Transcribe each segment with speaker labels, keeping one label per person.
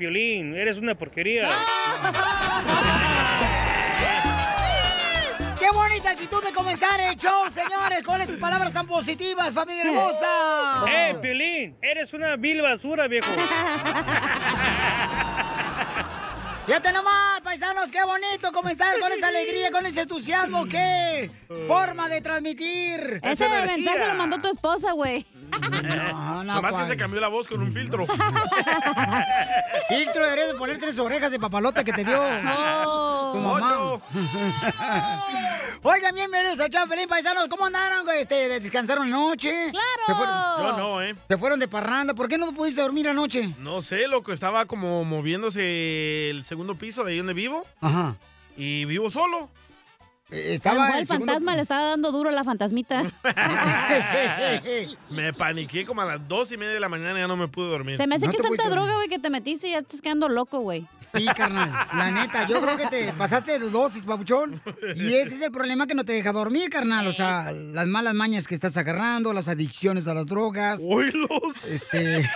Speaker 1: Piolín, eres una porquería.
Speaker 2: ¡Qué bonita actitud de comenzar el show, señores! Con esas palabras tan positivas, familia hermosa.
Speaker 1: ¡Eh, Piolín! Eres una vil basura, viejo.
Speaker 2: Fíjate nomás, paisanos, qué bonito comenzar con esa alegría, con ese entusiasmo, qué forma de transmitir.
Speaker 3: Ese mensaje lo mandó tu esposa, güey.
Speaker 2: No, no,
Speaker 4: Nomás
Speaker 2: ¿cuál?
Speaker 4: que se cambió la voz con un filtro.
Speaker 2: Filtro deberías de poner tres orejas de papalota que te dio.
Speaker 3: No.
Speaker 2: Tu mamá.
Speaker 4: Ocho.
Speaker 2: Oigan, bienvenidos a Chapelín, paisanos. ¿Cómo andaron? güey? Este, ¿Descansaron anoche? ¿Se fueron,
Speaker 4: Yo
Speaker 3: ¡Claro!
Speaker 4: no, ¿eh?
Speaker 2: se fueron de parranda. ¿Por qué no pudiste dormir anoche?
Speaker 4: No sé, loco, estaba como moviéndose el segundo piso de ahí donde vivo
Speaker 2: Ajá.
Speaker 4: y vivo solo.
Speaker 2: Ah. Eh,
Speaker 3: A lo
Speaker 2: Estaba
Speaker 3: mejor el
Speaker 2: segundo-
Speaker 3: fantasma le estaba dando duro a la fantasmita.
Speaker 4: Ah, Me paniqué como a las dos y media de la mañana y ya no me pude dormir.
Speaker 3: Se me hace
Speaker 2: No
Speaker 3: que
Speaker 2: te
Speaker 3: es tanta
Speaker 2: pudiste
Speaker 3: droga, güey, que te metiste y ya estás quedando loco, güey.
Speaker 2: Sí, carnal. La neta, yo creo que te pasaste de dosis, papuchón. Y ese es el problema que no te deja dormir, carnal. O sea, las malas mañas que estás agarrando, las adicciones a las drogas.
Speaker 4: Uy, los.
Speaker 2: Este.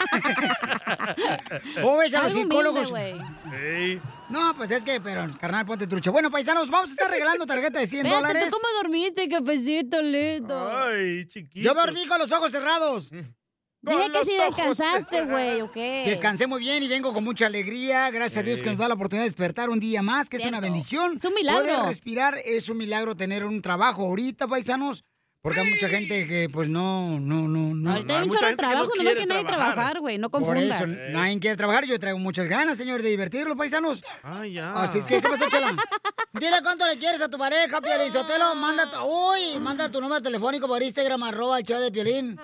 Speaker 2: ¿Cómo ves a los
Speaker 3: Algo humilde,
Speaker 2: psicólogos?
Speaker 3: güey.
Speaker 4: Ey,
Speaker 2: No, pues es que, pero, carnal, ponte trucho. Bueno, paisanos, vamos a estar regalando tarjeta de 100
Speaker 3: Espérate,
Speaker 2: dólares.
Speaker 3: ¿tú cómo dormiste, cafecito lindo?
Speaker 4: Ay, chiquito.
Speaker 2: Yo dormí con los ojos cerrados.
Speaker 4: Con
Speaker 3: Dije que
Speaker 4: los
Speaker 3: sí
Speaker 4: ojos.
Speaker 3: descansaste, güey, ¿ok?
Speaker 2: Descansé muy bien y vengo con mucha alegría. Gracias a Dios que nos da la oportunidad de despertar un día más, que es una
Speaker 3: Cierto.
Speaker 2: bendición.
Speaker 3: Es un milagro.
Speaker 2: Poder respirar es un milagro tener un trabajo ahorita, paisanos. Porque hay mucha gente que, pues, no, no, no, no.
Speaker 3: Ahorita
Speaker 4: No,
Speaker 3: hay
Speaker 4: hay
Speaker 3: un
Speaker 4: mucha gente
Speaker 3: chorro de
Speaker 4: que no
Speaker 3: trabajo, no me
Speaker 4: quiere
Speaker 3: nadie
Speaker 4: trabajar.
Speaker 3: trabajar, güey, no
Speaker 2: Por eso,
Speaker 3: confundas.
Speaker 2: nadie quiere trabajar. Yo traigo muchas ganas, señor, de divertirlo, paisanos.
Speaker 4: Ay, ya.
Speaker 2: Así es que, ¿qué pasó, Chela? Dile cuánto le quieres a tu pareja, Piolizotelo. Manda, tu- uy, manda tu número telefónico por Instagram, arroba el show de Piolín.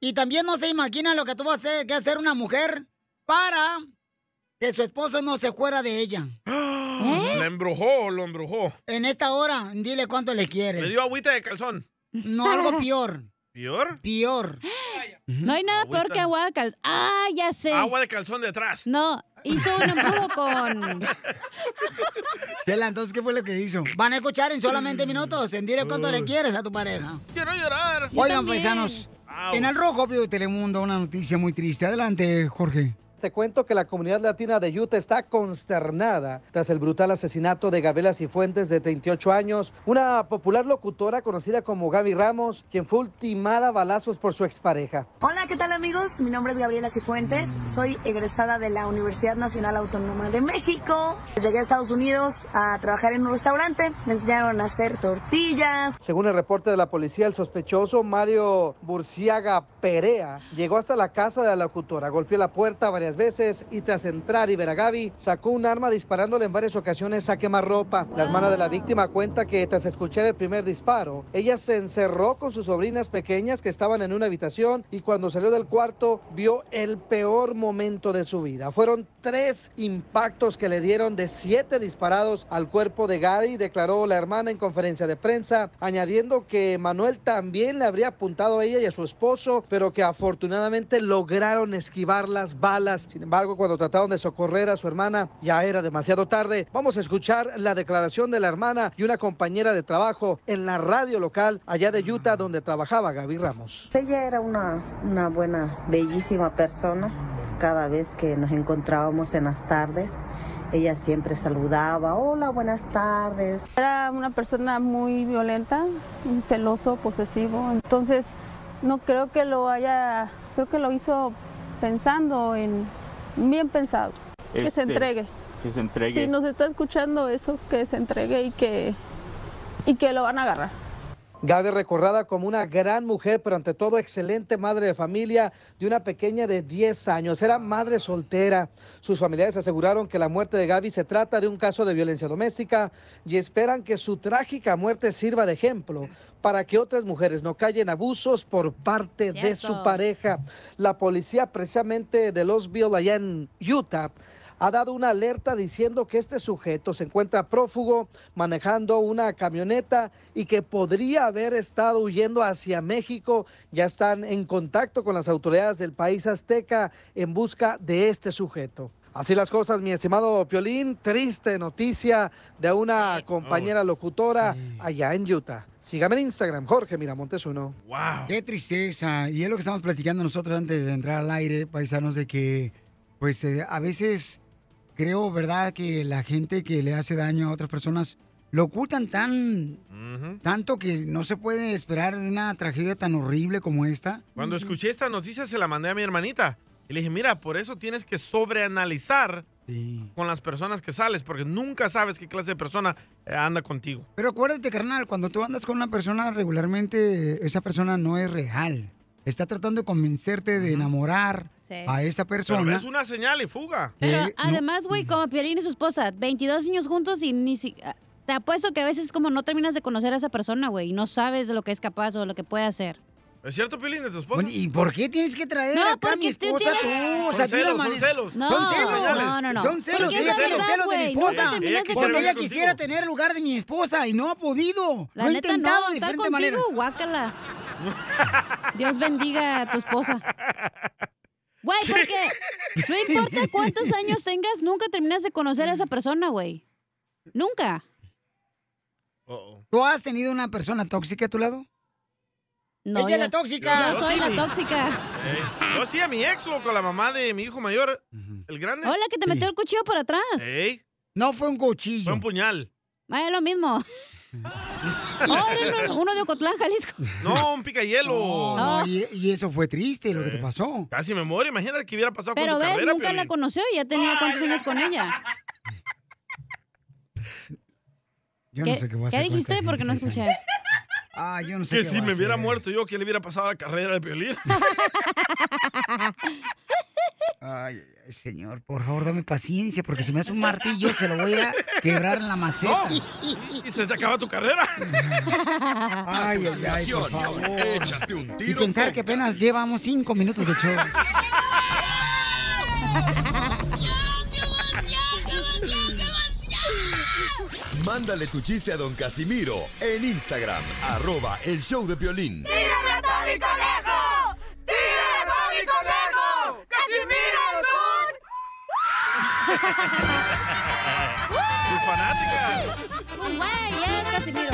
Speaker 2: Y también no se imagina lo que tuvo hacer- que hacer una mujer para que su esposo no se fuera de ella.
Speaker 3: ¿eh?
Speaker 2: ¿Eh?
Speaker 4: La embrujó, lo embrujó.
Speaker 2: En esta hora, dile cuánto le
Speaker 4: Le
Speaker 2: quieres.
Speaker 4: dio agüita de calzón.
Speaker 2: No, algo peor,
Speaker 4: ¿Pior?
Speaker 2: peor.
Speaker 3: No hay nada
Speaker 4: Agüita.
Speaker 3: peor que agua de cal... Ah, ya sé.
Speaker 4: Agua de calzón detrás.
Speaker 3: No, hizo un embrujo con...
Speaker 2: Chela, entonces, ¿qué fue lo que hizo? Van a escuchar en solamente minutos. En dile cuánto le quieres a tu pareja.
Speaker 4: Quiero llorar.
Speaker 3: Yo
Speaker 2: Oigan,
Speaker 3: también.
Speaker 2: paisanos.
Speaker 4: Au.
Speaker 2: En el rojo, vivo de Telemundo, una noticia muy triste. Adelante, Jorge.
Speaker 5: Te cuento que la comunidad latina de Utah está consternada tras el brutal asesinato de Gabriela Cifuentes, de 38 años, una popular locutora conocida como Gaby Ramos, quien fue ultimada a balazos por su expareja.
Speaker 6: Hola, ¿qué tal amigos? Mi nombre es Gabriela Cifuentes, soy egresada de la Universidad Nacional Autónoma de México. Llegué a Estados Unidos a trabajar en un restaurante, me enseñaron a hacer tortillas.
Speaker 5: Según el reporte de la policía, el sospechoso Mario Burciaga Perea llegó hasta la casa de la locutora, golpeó la puerta varias veces y tras entrar y ver a Gaby, sacó un arma disparándole en varias ocasiones a quemarropa. La hermana de la víctima cuenta que tras escuchar el primer disparo, ella se encerró con sus sobrinas pequeñas que estaban en una habitación y cuando salió del cuarto vio el peor momento de su vida. Fueron tres impactos que le dieron de siete disparados al cuerpo de Gaby, declaró la hermana en conferencia de prensa, añadiendo que Manuel también le habría apuntado a ella y a su esposo, pero que afortunadamente lograron esquivar las balas. Sin embargo, cuando trataron de socorrer a su hermana, ya era demasiado tarde. Vamos a escuchar la declaración de la hermana y una compañera de trabajo en la radio local allá de Utah donde trabajaba Gaby Ramos.
Speaker 6: Ella era una, una buena, bellísima persona. Cada vez que nos encontrábamos en las tardes, ella siempre saludaba, hola, buenas tardes.
Speaker 7: Era una persona muy violenta, un celoso, posesivo. Entonces, no creo que lo haya, creo que lo hizo pensando en, bien pensado, que
Speaker 8: Este,
Speaker 7: se entregue.
Speaker 8: Que se entregue.
Speaker 7: Si nos está escuchando eso, que se entregue y que, y que lo van a agarrar.
Speaker 5: Gaby recordada como una gran mujer, pero ante todo excelente madre de familia de una pequeña de 10 años. Era madre soltera. Sus familiares aseguraron que la muerte de Gaby se trata de un caso de violencia doméstica y esperan que su trágica muerte sirva de ejemplo para que otras mujeres no callen abusos por parte de su
Speaker 3: Cierto.
Speaker 5: pareja. La policía precisamente de Los Bill allá en Utah ha dado una alerta diciendo que este sujeto se encuentra prófugo manejando una camioneta y que podría haber estado huyendo hacia México. Ya están en contacto con las autoridades del país azteca en busca de este sujeto. Así las cosas, mi estimado Piolín. Triste noticia de una compañera locutora allá en Utah. Sígame en Instagram, Jorge Miramontes uno.
Speaker 4: Wow.
Speaker 2: Qué tristeza. Y es lo que estamos platicando nosotros antes de entrar al aire, paisanos, de que, pues, eh, a veces creo, ¿verdad?, que la gente que le hace daño a otras personas lo ocultan tan. tanto que no se puede esperar una tragedia tan horrible como esta.
Speaker 4: Cuando escuché esta noticia se la mandé a mi hermanita. Y le dije, mira, por eso tienes que sobreanalizar con las personas que sales, porque nunca sabes qué clase de persona eh, anda contigo.
Speaker 2: Pero acuérdate, carnal, cuando tú andas con una persona regularmente, esa persona no es real. Está tratando de convencerte de enamorar
Speaker 3: Sí.
Speaker 2: a esa
Speaker 4: Pero
Speaker 2: persona.
Speaker 4: es una señal y fuga.
Speaker 2: que
Speaker 3: Pero
Speaker 2: Eh, no-
Speaker 3: además, güey, como Piolín y su esposa, 22 años juntos y ni si... ah, Te apuesto que a veces como no terminas de conocer a esa persona, güey, y no sabes de lo que es capaz o de lo que puede hacer.
Speaker 4: ¿Es cierto, Pilín, de tu esposa?
Speaker 2: Bueno, ¿Y por qué tienes que traer
Speaker 3: No,
Speaker 2: acá a mi
Speaker 3: porque tú
Speaker 2: esposa tú?
Speaker 3: tienes-
Speaker 2: O
Speaker 4: Son
Speaker 2: sea, tú la
Speaker 4: celos, son
Speaker 2: mane-
Speaker 4: celos.
Speaker 3: No,
Speaker 2: Son celos.
Speaker 3: no, no, no.
Speaker 2: Son celos,
Speaker 3: Porque
Speaker 2: sí,
Speaker 3: es la
Speaker 2: celos,
Speaker 3: verdad,
Speaker 2: celos de mi
Speaker 3: güey,
Speaker 2: esposa.
Speaker 3: Nunca terminas de
Speaker 4: Ella quisiera vivir
Speaker 2: Porque ella
Speaker 3: conocer.
Speaker 4: contigo.
Speaker 2: quisiera tener lugar de mi esposa y no ha podido.
Speaker 3: La
Speaker 2: Lo he
Speaker 3: neta
Speaker 2: intentado
Speaker 3: no,
Speaker 2: de
Speaker 3: estar
Speaker 2: diferentes
Speaker 3: contigo,
Speaker 2: maneras.
Speaker 3: guácala. Dios bendiga a tu esposa. Güey, porque no importa cuántos años tengas, nunca terminas de conocer a esa persona, güey. Nunca.
Speaker 4: Uh-oh.
Speaker 2: ¿Tú has tenido una persona tóxica a tu lado?
Speaker 3: No,
Speaker 2: ella
Speaker 3: yo,
Speaker 2: es la tóxica.
Speaker 3: yo soy la tóxica.
Speaker 4: Eh, yo sí a mi ex, loco, la mamá de mi hijo mayor, el grande.
Speaker 3: Hola, que te metió el cuchillo por atrás.
Speaker 4: Ey,
Speaker 2: No fue un cuchillo.
Speaker 4: fue un puñal.
Speaker 3: Vaya, Ah, lo mismo. Oh, era uno, uno de Ocotlán, Jalisco.
Speaker 4: No, un picayelo.
Speaker 2: No, no, y, y eso fue triste lo que te pasó.
Speaker 4: Casi me muero. Imagínate que hubiera pasado
Speaker 3: Pero
Speaker 4: con tu
Speaker 3: ves,
Speaker 4: carrera,
Speaker 3: nunca la
Speaker 4: Piolín.
Speaker 3: conoció y ya tenía cuántos años con ella.
Speaker 2: Yo no
Speaker 3: ¿Qué,
Speaker 2: sé qué voy a
Speaker 3: qué
Speaker 2: hacer. con esta
Speaker 3: dijiste? Porque no
Speaker 2: gente,
Speaker 3: escuché.
Speaker 2: Isaac. Ah, yo no sé.
Speaker 4: Que
Speaker 2: qué
Speaker 4: si
Speaker 2: voy a
Speaker 4: me hubiera
Speaker 2: hacer.
Speaker 4: muerto yo, ¿qué le hubiera pasado a la carrera de Piolín?
Speaker 2: Ay, ay, ay, señor, por favor, dame paciencia, porque si me hace un martillo se lo voy a quebrar en la maceta.
Speaker 4: y se te acaba tu carrera.
Speaker 2: Ay, ay, ay, por favor.
Speaker 8: Échate un
Speaker 2: Y
Speaker 8: tiro.
Speaker 2: pensar
Speaker 8: con
Speaker 2: que apenas llevamos cinco minutos de show.
Speaker 8: Mándale tu chiste a don Casimiro en Instagram, arroba el show de violín.
Speaker 4: Tus fanáticas.
Speaker 3: Güey, ya, Casimiro.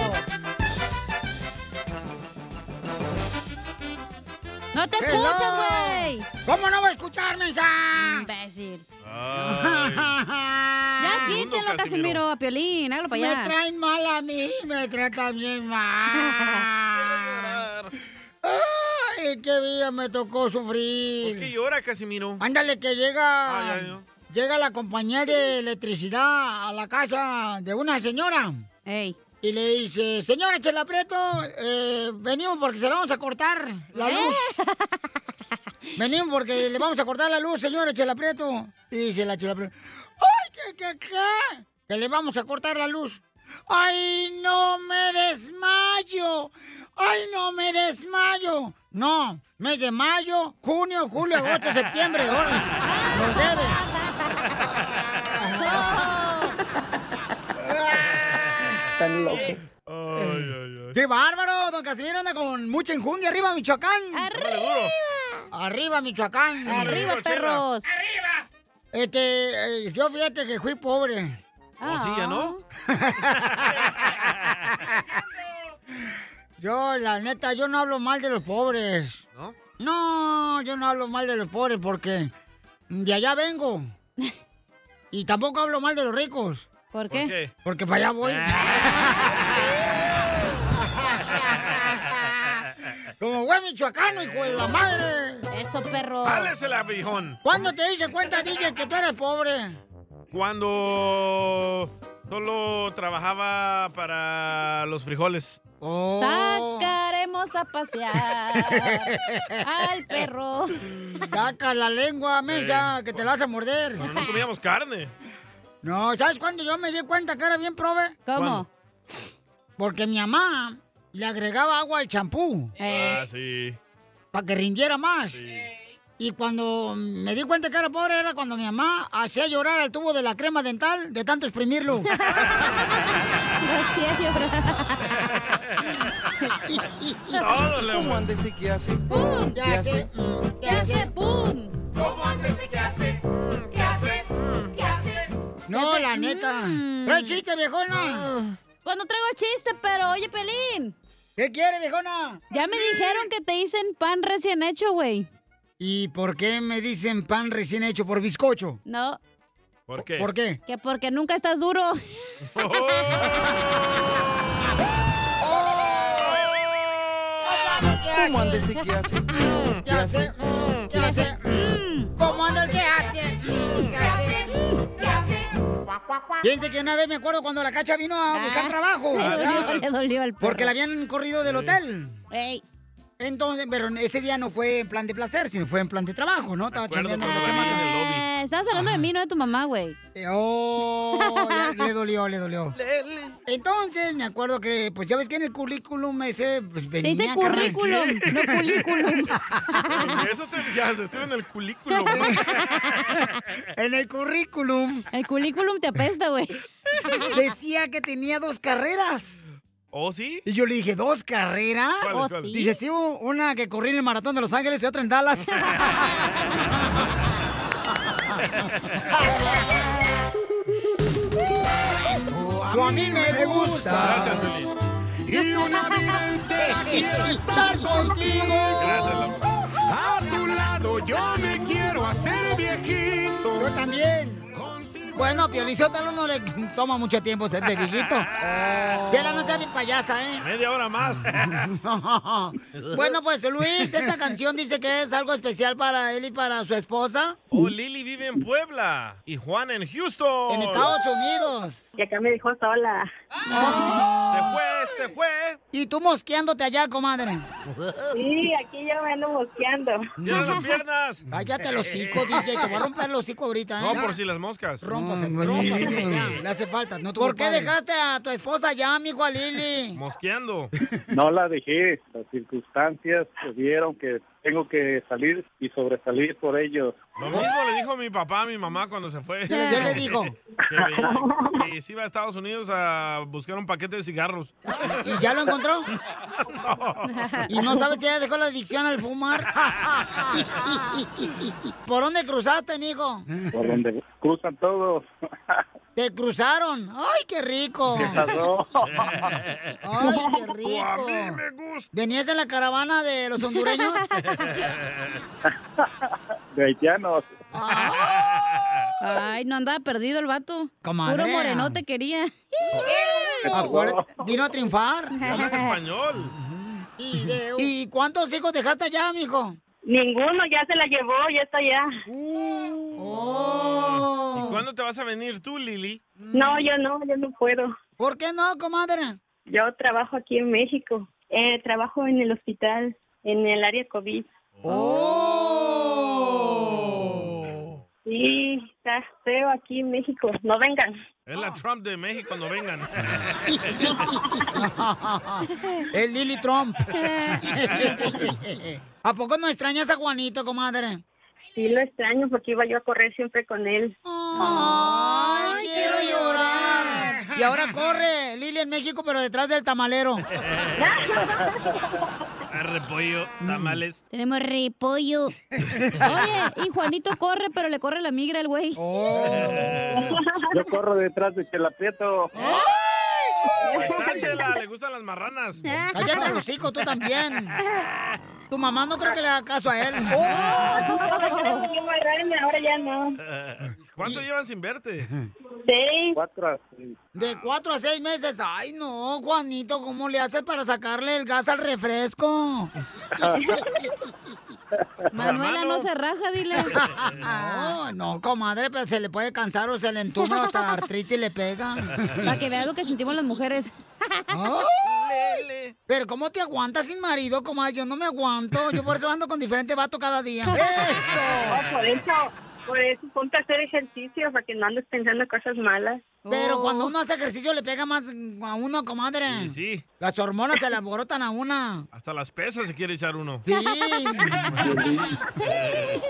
Speaker 3: No te
Speaker 2: Hello.
Speaker 3: escuchas, güey.
Speaker 2: ¿Cómo no va a escucharme, ya?
Speaker 3: Imbécil.
Speaker 4: Ay,
Speaker 3: Ya
Speaker 4: Mundo,
Speaker 3: quítelo,
Speaker 4: Casimiro.
Speaker 3: Casimiro, a Piolín. Hágalo
Speaker 2: Me
Speaker 3: para allá.
Speaker 2: traen mal a mí, me tratan bien mal. Ay, qué vida me tocó
Speaker 4: ¿Por qué
Speaker 2: sufrir.
Speaker 4: llora, Casimiro?
Speaker 2: Ándale que llega.
Speaker 4: Ay, ay, no.
Speaker 2: Llega la compañía de electricidad a la casa de una señora
Speaker 3: Ey.
Speaker 2: y le dice, señora Chela Prieto, eh, venimos porque se la vamos a cortar la luz. venimos porque le vamos a cortar la luz, señora Chela Prieto. Y dice la Chela Prieto, ¡ay, qué, qué, qué! Que le vamos a cortar la luz. ¡Ay, no me desmayo! ¡Ay, no me desmayo! No, mes de mayo, junio, julio, agosto, septiembre, órale, los debes.
Speaker 5: Están locos.
Speaker 4: Ay, ay, ay.
Speaker 2: ¡Qué bárbaro! Don Casimiro anda con mucha enjundia. ¡Arriba, Michoacán!
Speaker 3: Arri-
Speaker 4: Dale duro.
Speaker 2: ¡Arriba, Michoacán!
Speaker 3: Arriba,
Speaker 4: Arriba, chela.
Speaker 3: perros.
Speaker 2: Este, eh, yo fíjate que fui pobre.
Speaker 4: Oh, sí, ya no.
Speaker 2: Yo, la neta, yo no hablo mal de los pobres.
Speaker 4: ¿No?
Speaker 2: No, yo no hablo mal de los pobres porque de allá vengo. Y tampoco hablo mal de los ricos,
Speaker 3: ¿Por
Speaker 4: ¿Por
Speaker 3: qué?
Speaker 4: qué? Ah.
Speaker 2: porque para allá voy. Como buen michoacano, hijo de la madre.
Speaker 3: Eso, perro.
Speaker 4: Dales el abijón.
Speaker 2: ¿Cuándo te diste cuenta, DJ, que tú eres pobre?
Speaker 4: Cuando solo trabajaba para los frijoles.
Speaker 2: Oh.
Speaker 3: Sacaremos a pasear al perro.
Speaker 2: Saca la lengua, mensa, que te la vas a morder.
Speaker 4: Cuando no comíamos carne.
Speaker 2: No, ¿sabes cuándo yo me di cuenta que era bien prove?
Speaker 3: ¿Cómo?
Speaker 4: ¿Cuándo?
Speaker 2: Porque mi mamá le agregaba agua al champú
Speaker 3: Ey.
Speaker 4: Ah, sí.
Speaker 2: para que rindiera más. Y cuando me di cuenta que era pobre era cuando mi mamá hacía llorar al tubo de la crema dental de tanto exprimirlo.
Speaker 3: Lo hacía llorar.
Speaker 4: Todo le
Speaker 3: ¡Pum!
Speaker 2: Ya sé, mm,
Speaker 3: ¿Qué
Speaker 2: ya sé.
Speaker 3: hace? ¡Pum!
Speaker 2: Mm, No,
Speaker 3: Ya
Speaker 2: la
Speaker 3: sé,
Speaker 2: neta.
Speaker 3: mm.
Speaker 2: Trae chiste, viejona.
Speaker 3: Pues no traigo chiste, pero oye, Pelín.
Speaker 2: ¿Qué quiere, viejona?
Speaker 3: Ya me dijeron que te dicen pan recién hecho, güey.
Speaker 2: ¿Y por qué me dicen pan recién hecho por bizcocho?
Speaker 3: No,
Speaker 4: ¿Por qué?
Speaker 2: ¿Por qué?
Speaker 3: Que porque nunca estás duro.
Speaker 2: ¿Cómo anda ese que hace? Mm, ¿Qué hace? Mm, ¿Qué hace? Mm, ¿Cómo anda el que hace? Mm, ¿Qué hace? Mm, ¿Qué hace? Fíjense que una vez me acuerdo cuando la cacha vino a buscar trabajo.
Speaker 3: Ah. le dolió, le dolió al perro.
Speaker 2: Porque la habían corrido del
Speaker 3: Sí.
Speaker 2: hotel. Entonces, pero ese día no fue en plan de placer, sino fue en plan de trabajo, ¿no? Estaba chambeando con la chamaca.
Speaker 3: Ah, estabas hablando de mí, no de tu mamá, güey.
Speaker 2: Oh, ya le dolió, le dolió. Entonces, me acuerdo que, pues ya ves que en el currículum ese pues, venía.
Speaker 3: dice
Speaker 2: carnal.
Speaker 3: currículum, no currículum.
Speaker 4: Eso te, ya se estuvo en el culículo.
Speaker 2: En el currículum.
Speaker 3: El currículum te apesta, güey.
Speaker 2: Decía que tenía dos carreras.
Speaker 4: ¿Oh, sí?
Speaker 2: Y yo le dije, ¿dos carreras?
Speaker 4: ¿Cuáles, cuáles?
Speaker 2: Dice, sí, hubo una que corrí en el maratón de Los Ángeles y otra en Dallas.
Speaker 9: Tú a mí me gustas. Y una vida entera quiero estar contigo. A tu lado yo me quiero hacer viejito.
Speaker 2: Yo también. Bueno, Piolizótalo no le toma mucho tiempo hacerse viejito. Piela no sea mi payasa, ¿eh?
Speaker 4: Media hora más.
Speaker 2: bueno, pues Luis, esta canción dice que es algo especial para él y para su esposa.
Speaker 4: Oh, Lili vive en Puebla y Juan en Houston.
Speaker 2: En Estados Unidos. Y acá me dijo sola.
Speaker 4: Se fue, se fue.
Speaker 2: ¡Ah! Y tú mosqueándote allá, comadre.
Speaker 10: Sí, aquí yo me ando mosqueando.
Speaker 4: ¡Mira las piernas! Eh.
Speaker 2: Cállate los hocico, DJ. Te voy a romper los hocico ahorita, ¿eh?
Speaker 4: No, por si las moscas.
Speaker 2: Rómpase, rómpase, Le hace falta. No, Mm, ¿Por qué dejaste a tu esposa allá, mijo, a Lili?
Speaker 4: Mosqueando.
Speaker 11: No la dejé, las circunstancias dieron que tengo que salir y sobresalir por ellos.
Speaker 4: Lo mismo le dijo mi papá a mi mamá cuando se fue.
Speaker 11: ¿Qué le- qué le dijo?
Speaker 4: Que, veía- que se iba a Estados Unidos a buscar un paquete de cigarros.
Speaker 2: ¿Y ya lo encontró? ¿Y no sabes si ya dejó la adicción al fumar? ¿Por dónde cruzaste, mijo?
Speaker 11: Por donde cruzan todos.
Speaker 2: Te cruzaron. ¡Ay, qué rico!
Speaker 11: ¿Qué pasó?
Speaker 2: ¡Ay, qué rico! Pues, A mí me
Speaker 4: gusta.
Speaker 2: ¿Venías en la caravana de los hondureños?
Speaker 11: De haitianos.
Speaker 3: Ay, no andaba perdido el vato.
Speaker 2: Comadre.
Speaker 3: Puro morenote quería.
Speaker 2: Acuérdate, Vino a triunfar.
Speaker 4: Hablan español.
Speaker 2: ¿Y cuántos hijos dejaste allá, mijo?
Speaker 10: Ninguno, ya se la llevó, ya está allá.
Speaker 2: Oh.
Speaker 4: ¿Y cuándo te vas a venir tú, Lili?
Speaker 10: No, yo no, yo no puedo.
Speaker 2: Mm. ¿Por qué no, comadre?
Speaker 10: Yo trabajo aquí en México. Eh, trabajo en el hospital, en el área COVID.
Speaker 2: ¡Oh!
Speaker 10: Sí, está feo aquí en México. No vengan.
Speaker 4: Es la Trump de México, no vengan.
Speaker 2: El Lily Trump.
Speaker 4: Ah.
Speaker 2: ¿A poco no extrañas a Juanito, comadre?
Speaker 10: Sí, lo extraño porque iba yo a correr siempre con él.
Speaker 2: ¡Ay, quiero llorar! Y ahora corre Lili en México, pero detrás del tamalero.
Speaker 4: Repollo, tamales.
Speaker 3: Tenemos repollo. Oye, y Juanito corre, pero le corre la migra al güey.
Speaker 10: Oh.
Speaker 11: Yo corro detrás de Chela Prieto.
Speaker 2: Mm.
Speaker 4: Ahí está, Chela, le gustan las marranas.
Speaker 2: Cállate el hocico, tú también. Tu mamá no creo que le haga caso a él.
Speaker 3: Oh.
Speaker 10: Ahora ya no.
Speaker 4: ¿Cuánto llevan sin verte?
Speaker 10: Sí.
Speaker 11: Cuatro a seis.
Speaker 2: De cuatro a seis meses. Ay, no, Juanito, ¿cómo le haces para sacarle el gas al refresco?
Speaker 3: Manuela no se raja, dile.
Speaker 2: No, no, comadre, pero se le puede cansar o se le entuma hasta artritis le pega.
Speaker 3: Para que veas lo que sentimos las mujeres.
Speaker 2: Ay, Pero ¿cómo te aguantas sin marido, comadre? Yo no me aguanto. Yo por eso ando con diferente vato cada día.
Speaker 10: No, por eso, por eso, ponte a hacer ejercicio para que no andes pensando cosas malas.
Speaker 2: Pero cuando uno hace ejercicio le pega más a uno, comadre.
Speaker 4: Oh. Sí, sí.
Speaker 2: Las hormonas se le alborotan a una.
Speaker 4: Hasta las pesas se quiere echar uno.
Speaker 2: Sí.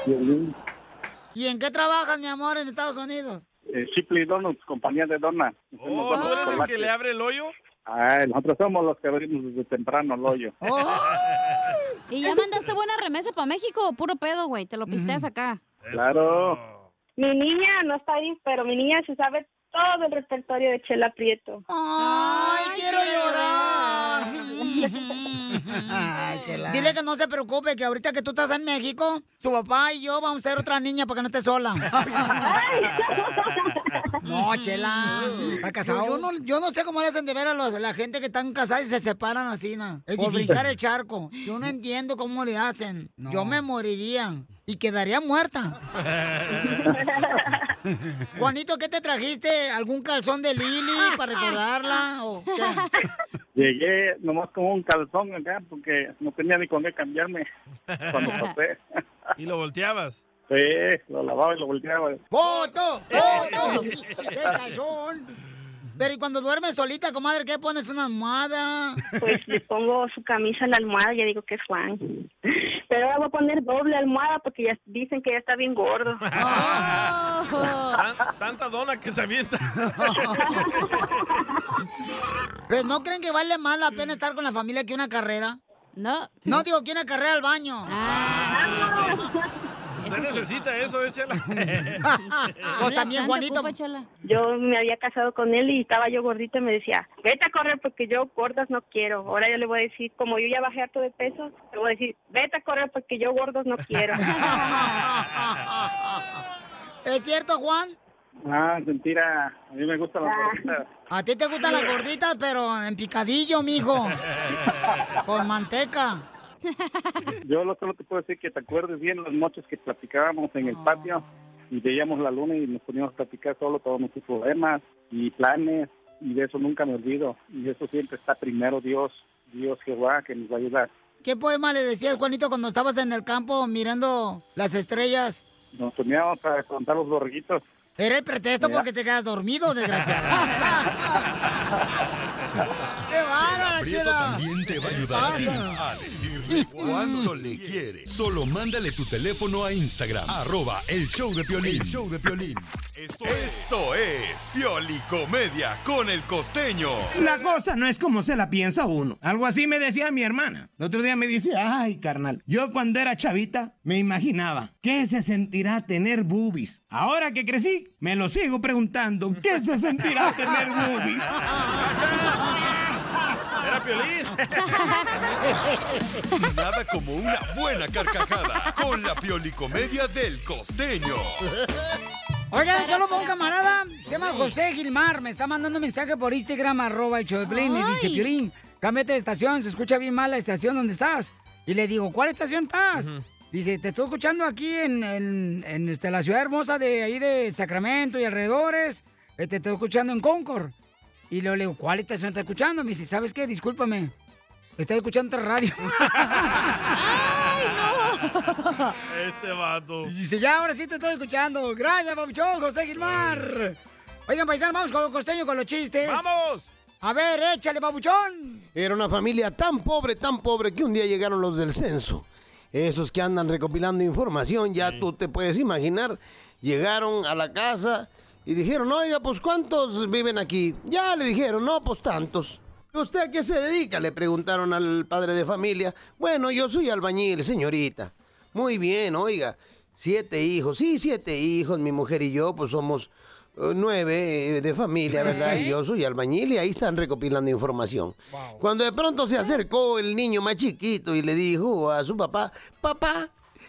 Speaker 2: ¿Y en qué trabajas, mi amor, en Estados Unidos?
Speaker 11: Eh, Shipley Donuts, compañía de donas.
Speaker 4: Oh, ¿tú eres el que le abre el hoyo?
Speaker 11: Ay, Ah, nosotros somos los que abrimos desde temprano el hoyo.
Speaker 3: ¿Y ya mandaste buena remesa para México o puro pedo, güey? Te lo pisteas acá.
Speaker 11: Claro.
Speaker 10: Mi niña no está ahí, pero mi niña se sabe todo el repertorio de Chela Prieto.
Speaker 2: ¡Ay, quiero llorar! Dile que no se preocupe, que ahorita que tú estás en México, tu papá y yo vamos a ser otra niña para que no estés sola. No, chela. Está casado. Yo, no, yo no sé cómo le hacen de ver a los- la gente que están casada y se separan así, na. Es
Speaker 9: Por
Speaker 2: divisar
Speaker 9: fin.
Speaker 2: el charco. Yo no entiendo cómo le hacen.
Speaker 9: No.
Speaker 2: Yo me moriría y quedaría muerta. Juanito, ¿qué te trajiste? ¿Algún calzón de Lili para recordarla? ¿O qué?
Speaker 11: Llegué nomás con un calzón acá porque no tenía ni con qué cambiarme cuando pasé.
Speaker 4: ¿Y lo volteabas?
Speaker 11: Sí, lo lavaba y lo volteaba.
Speaker 2: ¡Foto! ¡Foto! ¡Qué calzón! Pero y cuando duermes solita, comadre, ¿qué pones? ¿Una almohada?
Speaker 10: Pues le pongo su camisa a la almohada, ya digo que es Juan. Pero ahora voy a poner doble almohada porque ya dicen que ya está bien gordo.
Speaker 4: Tan- tanta dona que se avienta.
Speaker 2: Pues no creen que vale más la pena estar con la familia que una carrera.
Speaker 3: No.
Speaker 2: No digo que una carrera al baño.
Speaker 4: Usted necesita eso, eh, échala.
Speaker 2: Pues también, Juanito.
Speaker 10: Yo me había casado con él y estaba yo gordita y me decía, vete a correr porque yo gordas no quiero. Ahora yo le voy a decir, como yo ya bajé harto de peso, le voy a decir, vete a correr porque yo gordos no quiero.
Speaker 2: ¿Es cierto, Juan?
Speaker 11: Ah, es mentira. A mí me gustan las gorditas.
Speaker 2: A ti te gustan las gorditas, pero en picadillo, mijo. Con manteca.
Speaker 11: Yo lo solo te puedo decir que te acuerdes bien las noches que platicábamos en el patio y veíamos la luna y nos poníamos a platicar solo todos nuestros problemas y planes y de eso nunca me olvido y eso siempre está primero Dios, Dios Jehová que nos va a ayudar.
Speaker 2: ¿Qué poema le decías, Juanito, cuando estabas en el campo mirando las estrellas?
Speaker 11: Nos poníamos a contar los borreguitos.
Speaker 2: Era el pretexto
Speaker 11: Mira.
Speaker 2: porque te quedas dormido, desgraciado. ¡Qué
Speaker 8: Ah, Chela Ah, Prieto también te va a ayudar a ti a decirle cuánto le quiere. Solo mándale tu teléfono a Instagram, arroba el show de Piolín. Esto, esto es Pioli Comedia con el costeño.
Speaker 12: La cosa no es como se la piensa uno. Algo así me decía mi hermana. El otro día me dice, ay, carnal, yo cuando era chavita me imaginaba, ¿qué se sentirá tener boobies? Ahora que crecí, me lo sigo preguntando, ¿qué se sentirá tener boobies?
Speaker 4: Era Piolín.
Speaker 8: Nada como una buena carcajada con la Pioli Comedia del costeño.
Speaker 2: Oigan, solo para un camarada, se llama José Gilmar, me está mandando un mensaje por Instagram, arroba el show de Piolín, y dice,
Speaker 9: Ay.
Speaker 2: Piolín, cámbiate de estación, se escucha bien mal la estación donde estás. Y le digo, ¿cuál estación estás? Dice, te estoy escuchando aquí en, en- en, este, la ciudad hermosa de ahí de Sacramento y alrededores, Eh, te estoy escuchando en Concord. Y luego le digo, ¿cuál estación estás escuchando? Me dice, ¿sabes qué? Discúlpame, estoy escuchando otra radio.
Speaker 4: Este vato.
Speaker 2: Dice, ya ahora sí te estoy escuchando. Gracias, Pabuchón, José Gilmar. Oigan, paisano, vamos con los costeños con los chistes.
Speaker 4: ¡Vamos!
Speaker 2: A ver, échale, Pabuchón.
Speaker 13: Era una familia tan pobre, tan pobre, que un día llegaron los del censo. Esos que andan recopilando información, ya tú te puedes imaginar. Llegaron a la casa y dijeron, oiga, pues ¿cuántos viven aquí? Ya le dijeron, no, pues tantos. "¿Y ¿Usted a qué se dedica? Le preguntaron al padre de familia. Bueno, yo soy albañil, señorita. Muy bien, oiga. Siete hijos, sí, siete hijos. Mi mujer y yo, pues somos eh, nueve eh, de familia, ¿verdad? Y yo soy albañil y ahí están recopilando información. Cuando de pronto se acercó el niño más chiquito y le dijo a su papá, papá,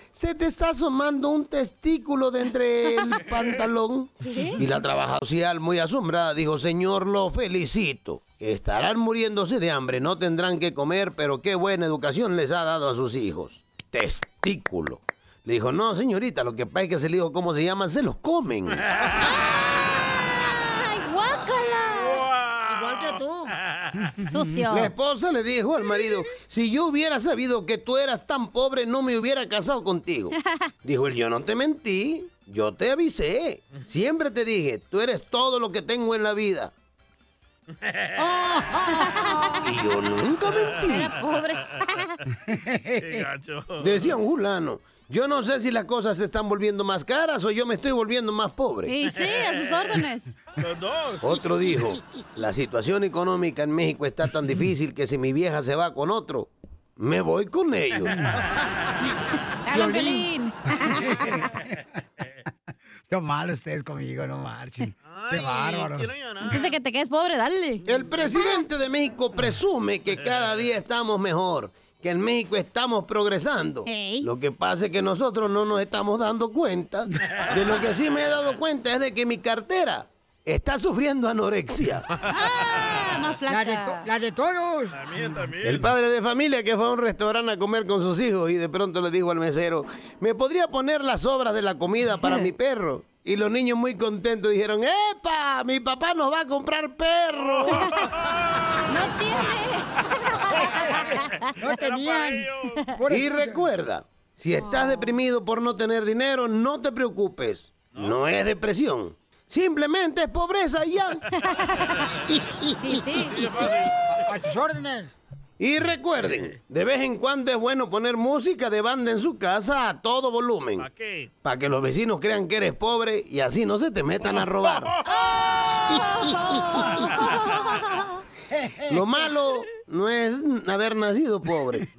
Speaker 13: se te está asomando un testículo de entre el pantalón. Y la trabajadora social, muy asombrada, dijo, señor, lo felicito. Estarán muriéndose de hambre, no tendrán que comer, pero qué buena educación les ha dado a sus hijos. Testículo. Le dijo, no, señorita, lo que pasa es que se le dijo cómo se llaman, se los comen.
Speaker 3: ¡Ay, guácala! Igual que tú. Sucio.
Speaker 13: La esposa le dijo al marido, si yo hubiera sabido que tú eras tan pobre, no me hubiera casado contigo. Dijo él, yo no te mentí, yo te avisé. Siempre te dije, tú eres todo lo que tengo en la vida. Y yo nunca mentí.
Speaker 4: Qué gacho.
Speaker 13: Decía un fulano, yo no sé si las cosas se están volviendo más caras o yo me estoy volviendo más pobre.
Speaker 3: Y sí, a sus órdenes.
Speaker 4: Los dos.
Speaker 13: Otro dijo, la situación económica en México está tan difícil que si mi vieja se va con otro, me voy con ellos.
Speaker 3: Dale, Pelín.
Speaker 2: Son malos ustedes conmigo, no marchen. este, Qué bárbaros.
Speaker 3: Antes de que te quedes pobre, dale.
Speaker 13: El presidente de México presume que cada día estamos mejor, que en México estamos progresando.
Speaker 3: Ey.
Speaker 13: Lo que pasa es que nosotros no nos estamos dando cuenta. De lo que sí me he dado cuenta es de que mi cartera está sufriendo anorexia.
Speaker 3: Ah, más
Speaker 2: La de, to- la de todos.
Speaker 13: El padre de familia que fue a un restaurante a comer con sus hijos y de pronto le dijo al mesero, ¿me podría poner las sobras de la comida para mi perro? Y los niños muy contentos dijeron, ¡epa! Mi papá nos va a comprar perro.
Speaker 3: ¡No
Speaker 9: tiene!
Speaker 2: ¡No tenían!
Speaker 13: Y recuerda, si estás deprimido por no tener dinero, no te preocupes. No, es depresión. Simplemente es pobreza y ya.
Speaker 2: A tus órdenes.
Speaker 13: Y recuerden, de vez en cuando es bueno poner música de banda en su casa a todo volumen. Para que los vecinos crean que eres pobre y así no se te metan a robar. Lo malo no es haber nacido pobre.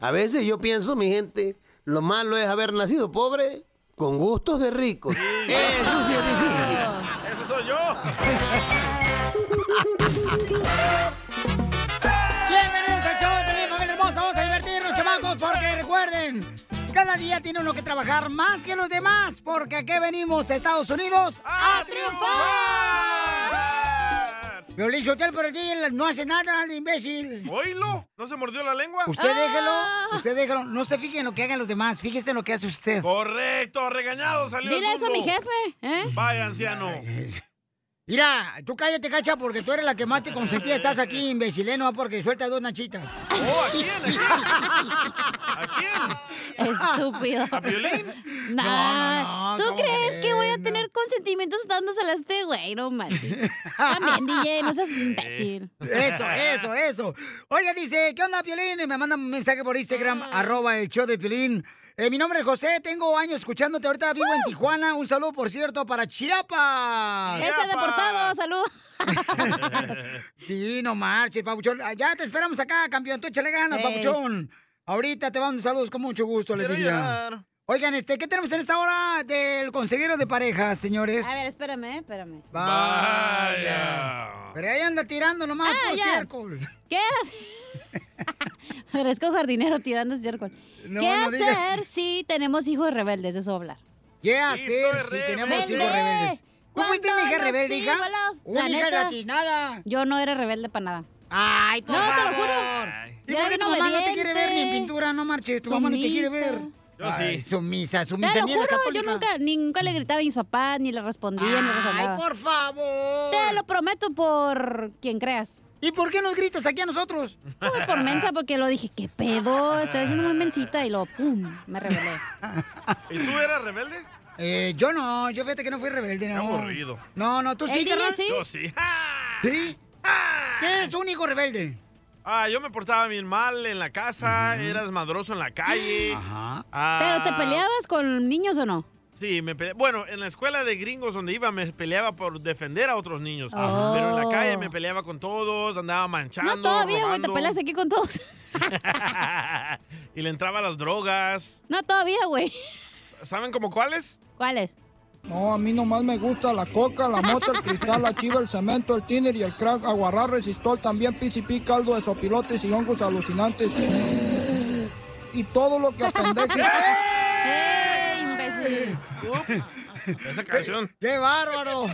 Speaker 13: A veces yo pienso, mi gente, lo malo es haber nacido pobre con gustos de ricos. Eh. Eso sí es difícil.
Speaker 4: ¡Ese soy yo!
Speaker 2: Bienvenidos al show de Pelín, familia hermosa. Vamos a divertirnos, chamacos, porque recuerden, cada día tiene uno que trabajar más que los demás, porque aquí venimos, Estados Unidos,
Speaker 4: Ah.
Speaker 2: Ah, a triunfar. Violín Hotel, pero el día no hace nada, el imbécil.
Speaker 4: ¿Oílo? Ah. ¿No se mordió la lengua?
Speaker 2: Usted déjelo, usted déjelo. No se fije en lo que hagan los demás, fíjese en lo que hace usted.
Speaker 4: Correcto, regañado salió.
Speaker 2: Dile
Speaker 4: el
Speaker 2: eso a
Speaker 4: mundo.
Speaker 2: mi jefe, ¿eh?
Speaker 4: Vaya, anciano.
Speaker 2: Mira, tú cállate, cacha, porque tú eres la que más te consentía. Estás aquí, imbécileno, porque suelta dos nachitas.
Speaker 4: Oh, ¿a quién?
Speaker 3: Estúpido. ¿A
Speaker 4: violín?
Speaker 3: Nah.
Speaker 2: No, no,
Speaker 3: ¿Tú
Speaker 2: ¿cómo
Speaker 3: crees que voy a
Speaker 2: creen?
Speaker 3: tener consentimientos dándosela a este güey? No manches. También, DJ, no seas Pues imbécil.
Speaker 2: Eso, eso, eso. Oiga, dice, ¿qué onda, Piolín? Y me manda un mensaje por Instagram,
Speaker 3: Ah.
Speaker 2: arroba el show de Piolín. Eh, mi nombre es José, tengo años escuchándote, ahorita vivo en Tijuana. Un saludo, por cierto, para Chiapas.
Speaker 3: Ese Chiapas. deportado,
Speaker 2: saludo. sí, no marches, Pabuchón. Ah, Ya te esperamos acá, campeón, tú échale ganas,
Speaker 3: Ey.
Speaker 2: Pabuchón. Ahorita te mando saludos con mucho gusto, les
Speaker 3: Quiero
Speaker 2: diría.
Speaker 3: llorar.
Speaker 2: Oigan, este, ¿qué tenemos en esta hora del consejero de parejas, señores?
Speaker 3: A ver, espérame, espérame.
Speaker 2: Vaya. Pero ahí anda tirando nomás
Speaker 3: Ah,
Speaker 2: por
Speaker 3: ya.
Speaker 2: estiércol.
Speaker 3: ¿Qué hacer? Parezco jardinero tirando estiércol.
Speaker 2: No,
Speaker 3: ¿Qué
Speaker 2: no
Speaker 3: hacer
Speaker 2: digas.
Speaker 3: si tenemos hijos rebeldes? De eso hablar.
Speaker 2: ¿Qué hacer si tenemos hijos rebeldes? ¿Tú fuiste una hija rebelde, hija? Una hija gratinada.
Speaker 3: Yo no era rebelde para nada.
Speaker 2: Ay, por
Speaker 3: No, te lo
Speaker 2: favor.
Speaker 3: juro.
Speaker 2: ¿Y
Speaker 3: Yo
Speaker 2: por
Speaker 3: era
Speaker 2: qué tu
Speaker 3: bien
Speaker 2: mamá no te quiere ver ni en
Speaker 3: obediente.
Speaker 2: pintura? No marches, tu mamá no te quiere ver.
Speaker 3: Sumisa.
Speaker 2: Yo sí. Sumisa,
Speaker 3: Te
Speaker 2: sumisa,
Speaker 3: lo
Speaker 2: ni era
Speaker 3: juro, yo
Speaker 2: católica.
Speaker 3: nunca, ni nunca le gritaba a mis papás, ni le respondía, ni le
Speaker 2: Ay,
Speaker 3: rezongaba.
Speaker 2: por favor.
Speaker 3: Te lo prometo por quien creas.
Speaker 2: ¿Y por qué nos gritas aquí a nosotros?
Speaker 3: por mensa, porque lo dije, qué pedo, estoy haciendo una mensita y lo pum, me rebelé.
Speaker 4: ¿Y tú eras rebelde?
Speaker 2: Eh, yo no, yo fíjate que no fui rebelde, no.
Speaker 4: aburrido.
Speaker 2: No, no, tú
Speaker 4: ¿El
Speaker 2: sí,
Speaker 4: DJ
Speaker 2: carnal?
Speaker 4: sí? Yo sí.
Speaker 2: ¿Sí? ¿Qué es un hijo rebelde?
Speaker 4: Ah, yo me portaba bien mal en la casa, era desmadroso en la calle. Ah.
Speaker 2: Ajá.
Speaker 3: ¿Pero te peleabas con niños o no?
Speaker 4: Sí, me pele- Bueno, en la escuela de gringos donde iba me peleaba por defender a otros niños.
Speaker 3: Ajá.
Speaker 4: Pero en la calle
Speaker 3: Oh.
Speaker 4: me peleaba con todos, andaba manchando.
Speaker 3: no, todavía, güey, te
Speaker 4: robando.
Speaker 3: peleas aquí con todos.
Speaker 4: y le entraba a las drogas.
Speaker 3: No, todavía, güey.
Speaker 4: ¿Saben como cuáles?
Speaker 3: ¿Cuáles?
Speaker 14: No, a mí nomás me gusta la coca, la mota, el cristal, la chiva, el cemento, el tiner y el crack, aguarrar, resistol, también PCP, caldo de sopilotes y hongos alucinantes. Y todo lo que apendeje.
Speaker 3: ¡Ey, imbécil!
Speaker 4: Esa canción.
Speaker 2: ¡Qué bárbaro!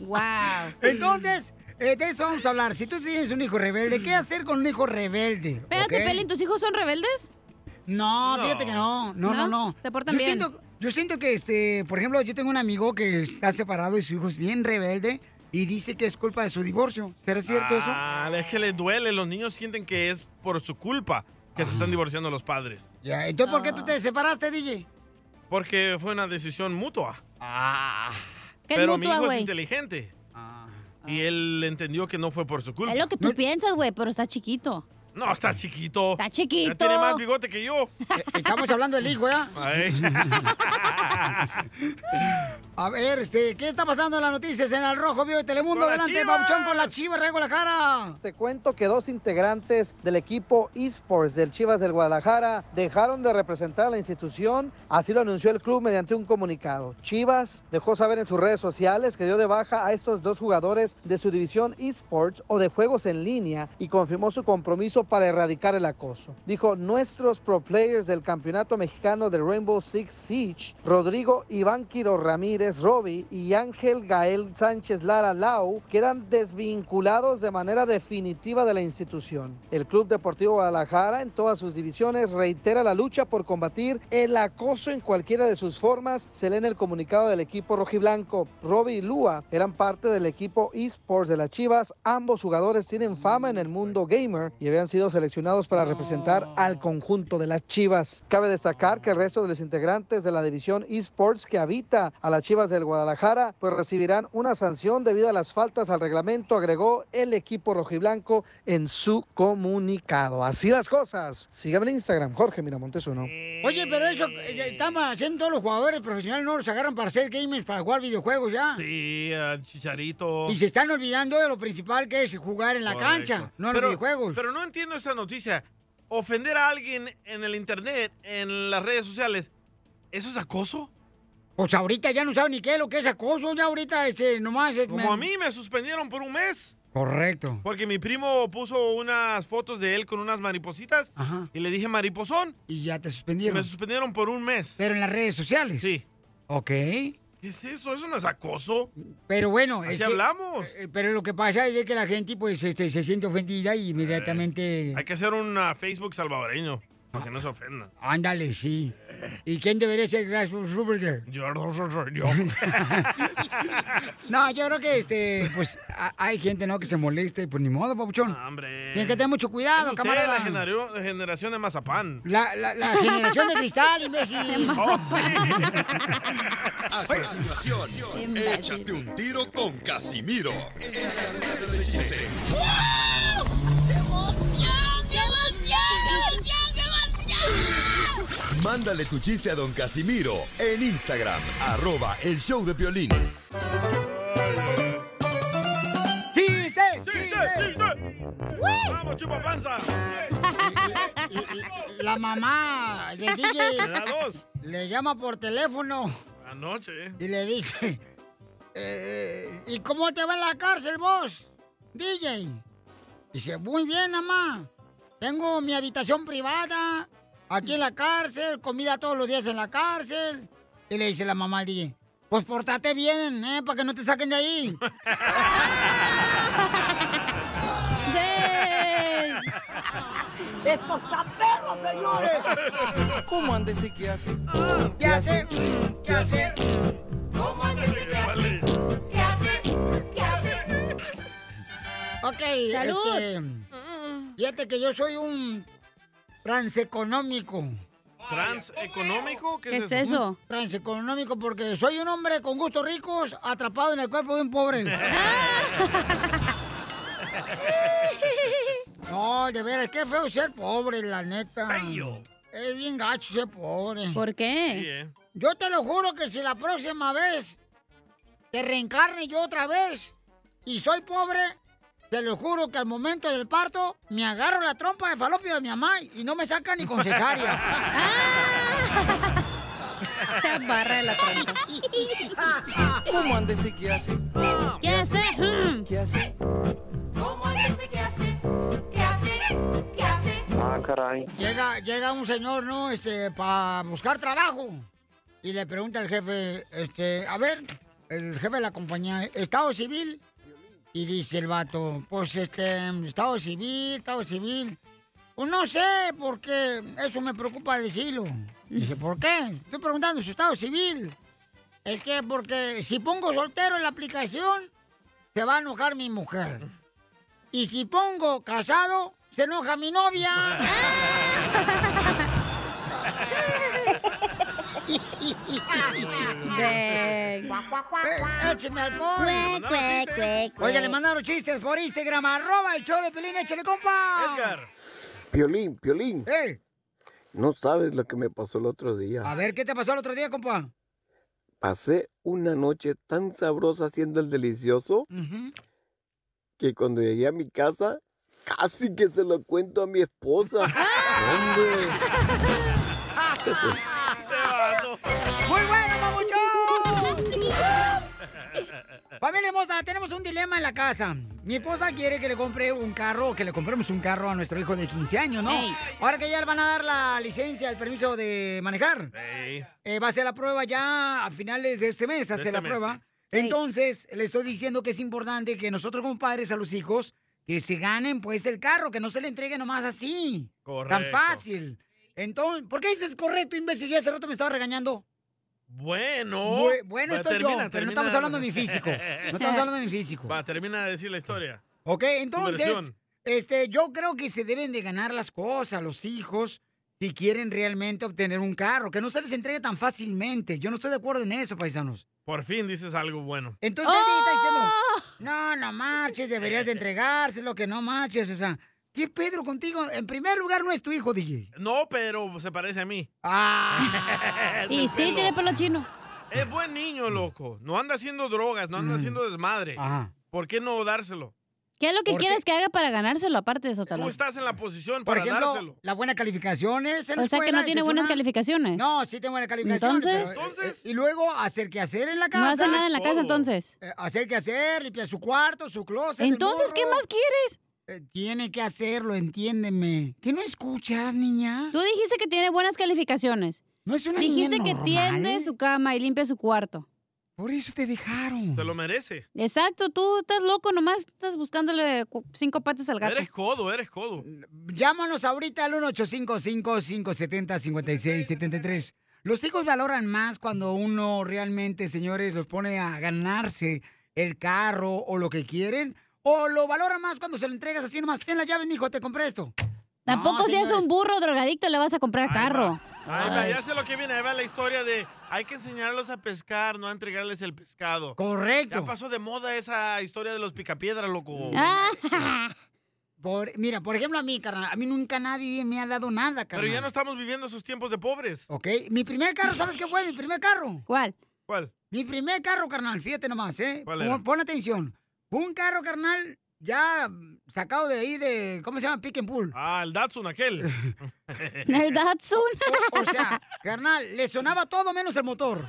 Speaker 3: ¡Wow!
Speaker 2: Entonces, eh, de eso vamos a hablar. Si tú tienes un hijo rebelde, ¿qué hacer con un hijo rebelde?
Speaker 3: Espérate,
Speaker 2: ¿Ok?
Speaker 3: Pelín, ¿tus hijos son rebeldes?
Speaker 2: No, fíjate que no. No, no, no.
Speaker 3: Se portan
Speaker 2: yo
Speaker 3: bien.
Speaker 2: Siento, yo siento que, este, por ejemplo, yo tengo un amigo que está separado y su hijo es bien rebelde y dice que es culpa de su divorcio. ¿Será cierto eso?
Speaker 4: Ah, es que les duele. Los niños sienten que es por su culpa que se están divorciando los padres.
Speaker 2: Ya, entonces, ¿por qué tú te separaste, DJ?
Speaker 4: Porque fue una decisión mutua.
Speaker 3: ¿Qué es
Speaker 4: Pero mi
Speaker 3: mutua,
Speaker 4: hijo es
Speaker 3: güey?
Speaker 4: inteligente. Y él entendió que no fue por su culpa.
Speaker 3: Es lo que tú piensas, güey, pero está chiquito.
Speaker 4: No, está chiquito. Está
Speaker 3: chiquito.
Speaker 4: tiene más bigote que yo.
Speaker 2: Eh, Estamos hablando del hijo, ¿eh? ¿ya?
Speaker 4: Ay.
Speaker 2: A ver, este, ¿qué está pasando en las noticias en el Rojo Vivo de Telemundo?
Speaker 5: ¡Con las
Speaker 2: Adelante,
Speaker 5: Chivas!
Speaker 2: Pauchón, con la chiva, rego la cara.
Speaker 5: Te cuento que dos integrantes del equipo esports del Chivas del Guadalajara dejaron de representar a la institución, así lo anunció el club mediante un comunicado. Chivas dejó saber en sus redes sociales que dio de baja a estos dos jugadores de su división esports o de juegos en línea y confirmó su compromiso para erradicar el acoso. Dijo, nuestros pro players del campeonato mexicano de Rainbow Six Siege, Rodrigo Iván Quiro Ramírez Roby y Ángel Gael Sánchez Lara Lau, quedan desvinculados de manera definitiva de la institución. El Club Deportivo Guadalajara en todas sus divisiones reitera la lucha por combatir el acoso en cualquiera de sus formas, se lee en el comunicado del equipo rojiblanco. Roby y Lua eran parte del equipo esports de las Chivas, ambos jugadores tienen fama en el mundo gamer y habían sido seleccionados para representar al conjunto de las Chivas. Cabe destacar que el resto de los integrantes de la división esports que habita a las Chivas del Guadalajara pues recibirán una sanción debido a las faltas al reglamento, agregó el equipo rojiblanco en su comunicado. Así las cosas. Sígame en Instagram, Jorge Miramontes uno.
Speaker 2: Oye, pero eso, eh, estamos haciendo todos los jugadores profesionales, no los agarran para ser gamers, para jugar videojuegos ya.
Speaker 4: Sí, ah, al chicharito.
Speaker 2: Y se están olvidando de lo principal que es jugar en la
Speaker 4: Correcto.
Speaker 2: cancha, no en
Speaker 4: Pero-
Speaker 2: los videojuegos.
Speaker 4: Pero no entiendo esta noticia. Ofender a alguien en el internet, en las redes sociales, ¿eso es acoso?
Speaker 2: Pues ahorita ya no saben ni qué es lo que es acoso, ya ahorita este, nomás... es-
Speaker 4: Como a mí me suspendieron por un mes.
Speaker 2: Correcto.
Speaker 4: Porque mi primo puso unas fotos de él con unas maripositas y le dije mariposón.
Speaker 2: Y ya te suspendieron.
Speaker 4: me suspendieron por un mes.
Speaker 2: Pero en las redes sociales.
Speaker 4: Sí.
Speaker 2: Ok.
Speaker 4: ¿Qué es eso? ¿Eso no es acoso?
Speaker 2: Pero bueno,
Speaker 4: Así
Speaker 2: es que-
Speaker 4: hablamos.
Speaker 2: eh, Pero lo que pasa es que la gente pues este, se siente ofendida y inmediatamente...
Speaker 4: Hay que hacer un ah, Facebook salvadoreño para que no se ofendan.
Speaker 2: Ándale, sí. ¿Y quién debería ser Grass Rubberger?
Speaker 4: Yo, yo, yo, yo.
Speaker 2: No, yo creo que este, pues a- hay gente no que se moleste, pues ni modo, papuchón.
Speaker 4: Hombre.
Speaker 2: Tienen que tener mucho
Speaker 4: Es
Speaker 2: cuidado,
Speaker 4: usted
Speaker 2: camarada.
Speaker 4: la generación, la generación de Mazapán.
Speaker 2: La, la- la generación de cristal, imbécil.
Speaker 4: Oh, sí.
Speaker 8: A continuación, échate un tiro con Casimiro. Mándale tu chiste a don Casimiro en Instagram, arroba el show de violín.
Speaker 2: ¡Chiste!
Speaker 4: ¡Chiste! ¡Chiste! ¡Vamos, chupapanza!
Speaker 2: La mamá del DJ
Speaker 4: Me da dos.
Speaker 2: le llama por teléfono
Speaker 4: Anoche.
Speaker 2: y le dice, eh, ¿y cómo te va en la cárcel vos, DJ? Dice, muy bien, mamá. Tengo mi habitación privada aquí en la cárcel, comida todos los días en la cárcel. Y le dice la mamá al DJ, pues portate bien, ¿eh? Para que no te saquen de ahí.
Speaker 9: ¡Esto está perro, señores! ¿Cómo andes y qué hace? ¿Qué hace? ¿Qué hace? ¿Cómo andes y qué hace? ¿Qué hace? ¿Qué hace?
Speaker 2: Ok,
Speaker 9: Salud.
Speaker 2: este, fíjate que yo soy un transeconómico.
Speaker 4: ¿Transeconómico? ¿Qué,
Speaker 2: Un Transeconómico porque soy un hombre con gustos ricos atrapado en el cuerpo de un pobre. no, de veras, qué feo ser pobre, la neta.
Speaker 9: Feo.
Speaker 2: Es bien gacho ser pobre.
Speaker 3: ¿Por qué?
Speaker 9: Sí, eh.
Speaker 2: Yo te lo juro que si la próxima vez te reencarne yo otra vez y soy pobre, te lo juro que al momento del parto me agarro la trompa de falopio de mi mamá y no me saca ni con cesárea.
Speaker 9: Barra de la trampa. ¿Cómo andes y qué hace?
Speaker 3: ¿Qué hace?
Speaker 9: ¿Qué hace? ¿Cómo andes y qué hace? ¿Qué hace? ¿Qué hace?
Speaker 15: Ah, caray.
Speaker 2: Llega, llega un señor, ¿no? Este, para buscar trabajo. Y le pregunta al jefe, este, a ver, el jefe de la compañía, ¿estado civil? Y dice el vato, pues este, estado civil, estado civil. Pues no sé, porque eso me preocupa decirlo. Dice, ¿por qué? Estoy preguntando su estado civil. Es que porque si pongo soltero en la aplicación, se va a enojar mi mujer. Y si pongo casado, se enoja mi novia. Eh, écheme alcohol.
Speaker 9: Cuec, cuec, cuec, cuec.
Speaker 2: Oiga, le mandaron chistes por Instagram, arroba el show de Pelín, échale compa.
Speaker 9: Edgar.
Speaker 15: Piolín, Piolín.
Speaker 4: Eh.
Speaker 2: ¡Ey!
Speaker 15: No sabes lo que me pasó el otro día.
Speaker 2: A ver, ¿qué te pasó el otro día, compa?
Speaker 15: Pasé una noche tan sabrosa haciendo el delicioso que cuando llegué a mi casa casi que se lo cuento a mi esposa. ¡Hombre!
Speaker 2: ¡Muy bueno, papuchón! Familia hermosa, tenemos un dilema en la casa. Mi esposa quiere que le compre un carro, que le compremos un carro a nuestro hijo de 15 años, ¿no?
Speaker 9: Ey.
Speaker 2: Ahora que ya le van a dar la licencia, el permiso de manejar. Eh, va a ser la prueba ya a finales de este mes,
Speaker 9: De
Speaker 2: hace
Speaker 9: este
Speaker 2: la
Speaker 9: mes,
Speaker 2: prueba.
Speaker 9: sí.
Speaker 2: Entonces, le estoy diciendo que es importante que nosotros como padres a los hijos, que se ganen pues el carro, que no se le entregue nomás así. Tan
Speaker 4: Correcto.
Speaker 2: fácil. Entonces, ¿por qué dices correcto, imbécil? Ya hace rato me estaba regañando.
Speaker 4: Bueno.
Speaker 2: Bu- bueno estoy yo, pero no estamos hablando de mi físico. No estamos hablando de mi físico.
Speaker 4: Va, termina de decir la historia.
Speaker 2: Ok, entonces,
Speaker 4: versión.
Speaker 2: este, yo creo que se deben de ganar las cosas, los hijos, si quieren realmente obtener un carro, que no se les entregue tan fácilmente. Yo no estoy de acuerdo en eso, paisanos.
Speaker 4: Por fin dices algo bueno.
Speaker 2: Entonces él está diciendo,
Speaker 3: ¡Oh!
Speaker 2: no, no marches, deberías de entregárselo, que no marches, o sea, ¿qué Pedro contigo? En primer lugar, no es tu hijo, DJ.
Speaker 4: No, pero se parece a mí.
Speaker 2: Ah.
Speaker 3: Y sí, tiene pelo chino.
Speaker 4: Es buen niño, loco. No anda haciendo drogas, no anda
Speaker 2: Mm.
Speaker 4: haciendo desmadre. ¿Por qué no dárselo?
Speaker 3: ¿Qué es lo que
Speaker 4: ¿Por qué?
Speaker 3: quieres que haga para ganárselo aparte de eso,
Speaker 4: Tú estás en la posición
Speaker 2: Por
Speaker 4: para
Speaker 2: ejemplo,
Speaker 4: dárselo.
Speaker 2: las buenas calificaciones. en la
Speaker 3: O sea, que
Speaker 2: escuela,
Speaker 3: no tiene
Speaker 2: esa es
Speaker 3: buenas
Speaker 2: una-
Speaker 3: calificaciones.
Speaker 2: No, sí tiene buenas calificaciones.
Speaker 3: Entonces-
Speaker 2: pero, eh, eh, y luego hacer que hacer en la casa.
Speaker 3: No hace nada en la casa entonces.
Speaker 2: Eh, hacer que hacer, limpiar su cuarto, su closet.
Speaker 3: Entonces, ¿qué más
Speaker 2: quieres? tiene que hacerlo, entiéndeme. ¿Qué no escuchas, niña?
Speaker 3: Tú dijiste que tiene buenas calificaciones.
Speaker 2: No es una niña
Speaker 3: Dijiste que
Speaker 2: normal.
Speaker 3: tiende su cama y limpia su cuarto.
Speaker 2: Por eso te dejaron.
Speaker 4: Se lo merece.
Speaker 3: Exacto, tú estás loco, nomás estás buscándole cu- cinco patas al gato.
Speaker 4: Eres codo, eres codo.
Speaker 2: Llámanos ahorita al 1-855-570-5673. Los hijos valoran más cuando uno realmente, señores, los pone a ganarse el carro o lo que quieren. O lo valoran más cuando se lo entregas así nomás. Ten la llave, mijo, te compré esto.
Speaker 3: Tampoco si es un burro drogadicto le vas a comprar carro.
Speaker 4: Ahí va, ya sé lo que viene. Ahí va la historia de hay que enseñarlos a pescar, no a entregarles el pescado.
Speaker 2: Correcto. Ah,
Speaker 4: Ya pasó de moda esa historia de los picapiedras, loco.
Speaker 2: Por- mira, por ejemplo, a mí, carnal, a mí nunca nadie me ha dado nada, carnal.
Speaker 4: Pero ya no estamos viviendo esos tiempos de pobres.
Speaker 2: Ok, mi primer carro, ¿sabes qué fue? Mi primer carro.
Speaker 3: ¿Cuál?
Speaker 4: ¿Cuál?
Speaker 2: Mi primer carro, carnal, fíjate nomás, ¿eh?
Speaker 4: ¿Cuál
Speaker 2: Pon,
Speaker 4: era?
Speaker 2: pon atención. Fue un carro, carnal, ya mm, sacado de ahí de, ¿cómo se llama? Pick and pull.
Speaker 4: Ah, el Datsun aquel.
Speaker 3: El Datsun.
Speaker 2: O, o sea, carnal, le sonaba todo menos el motor.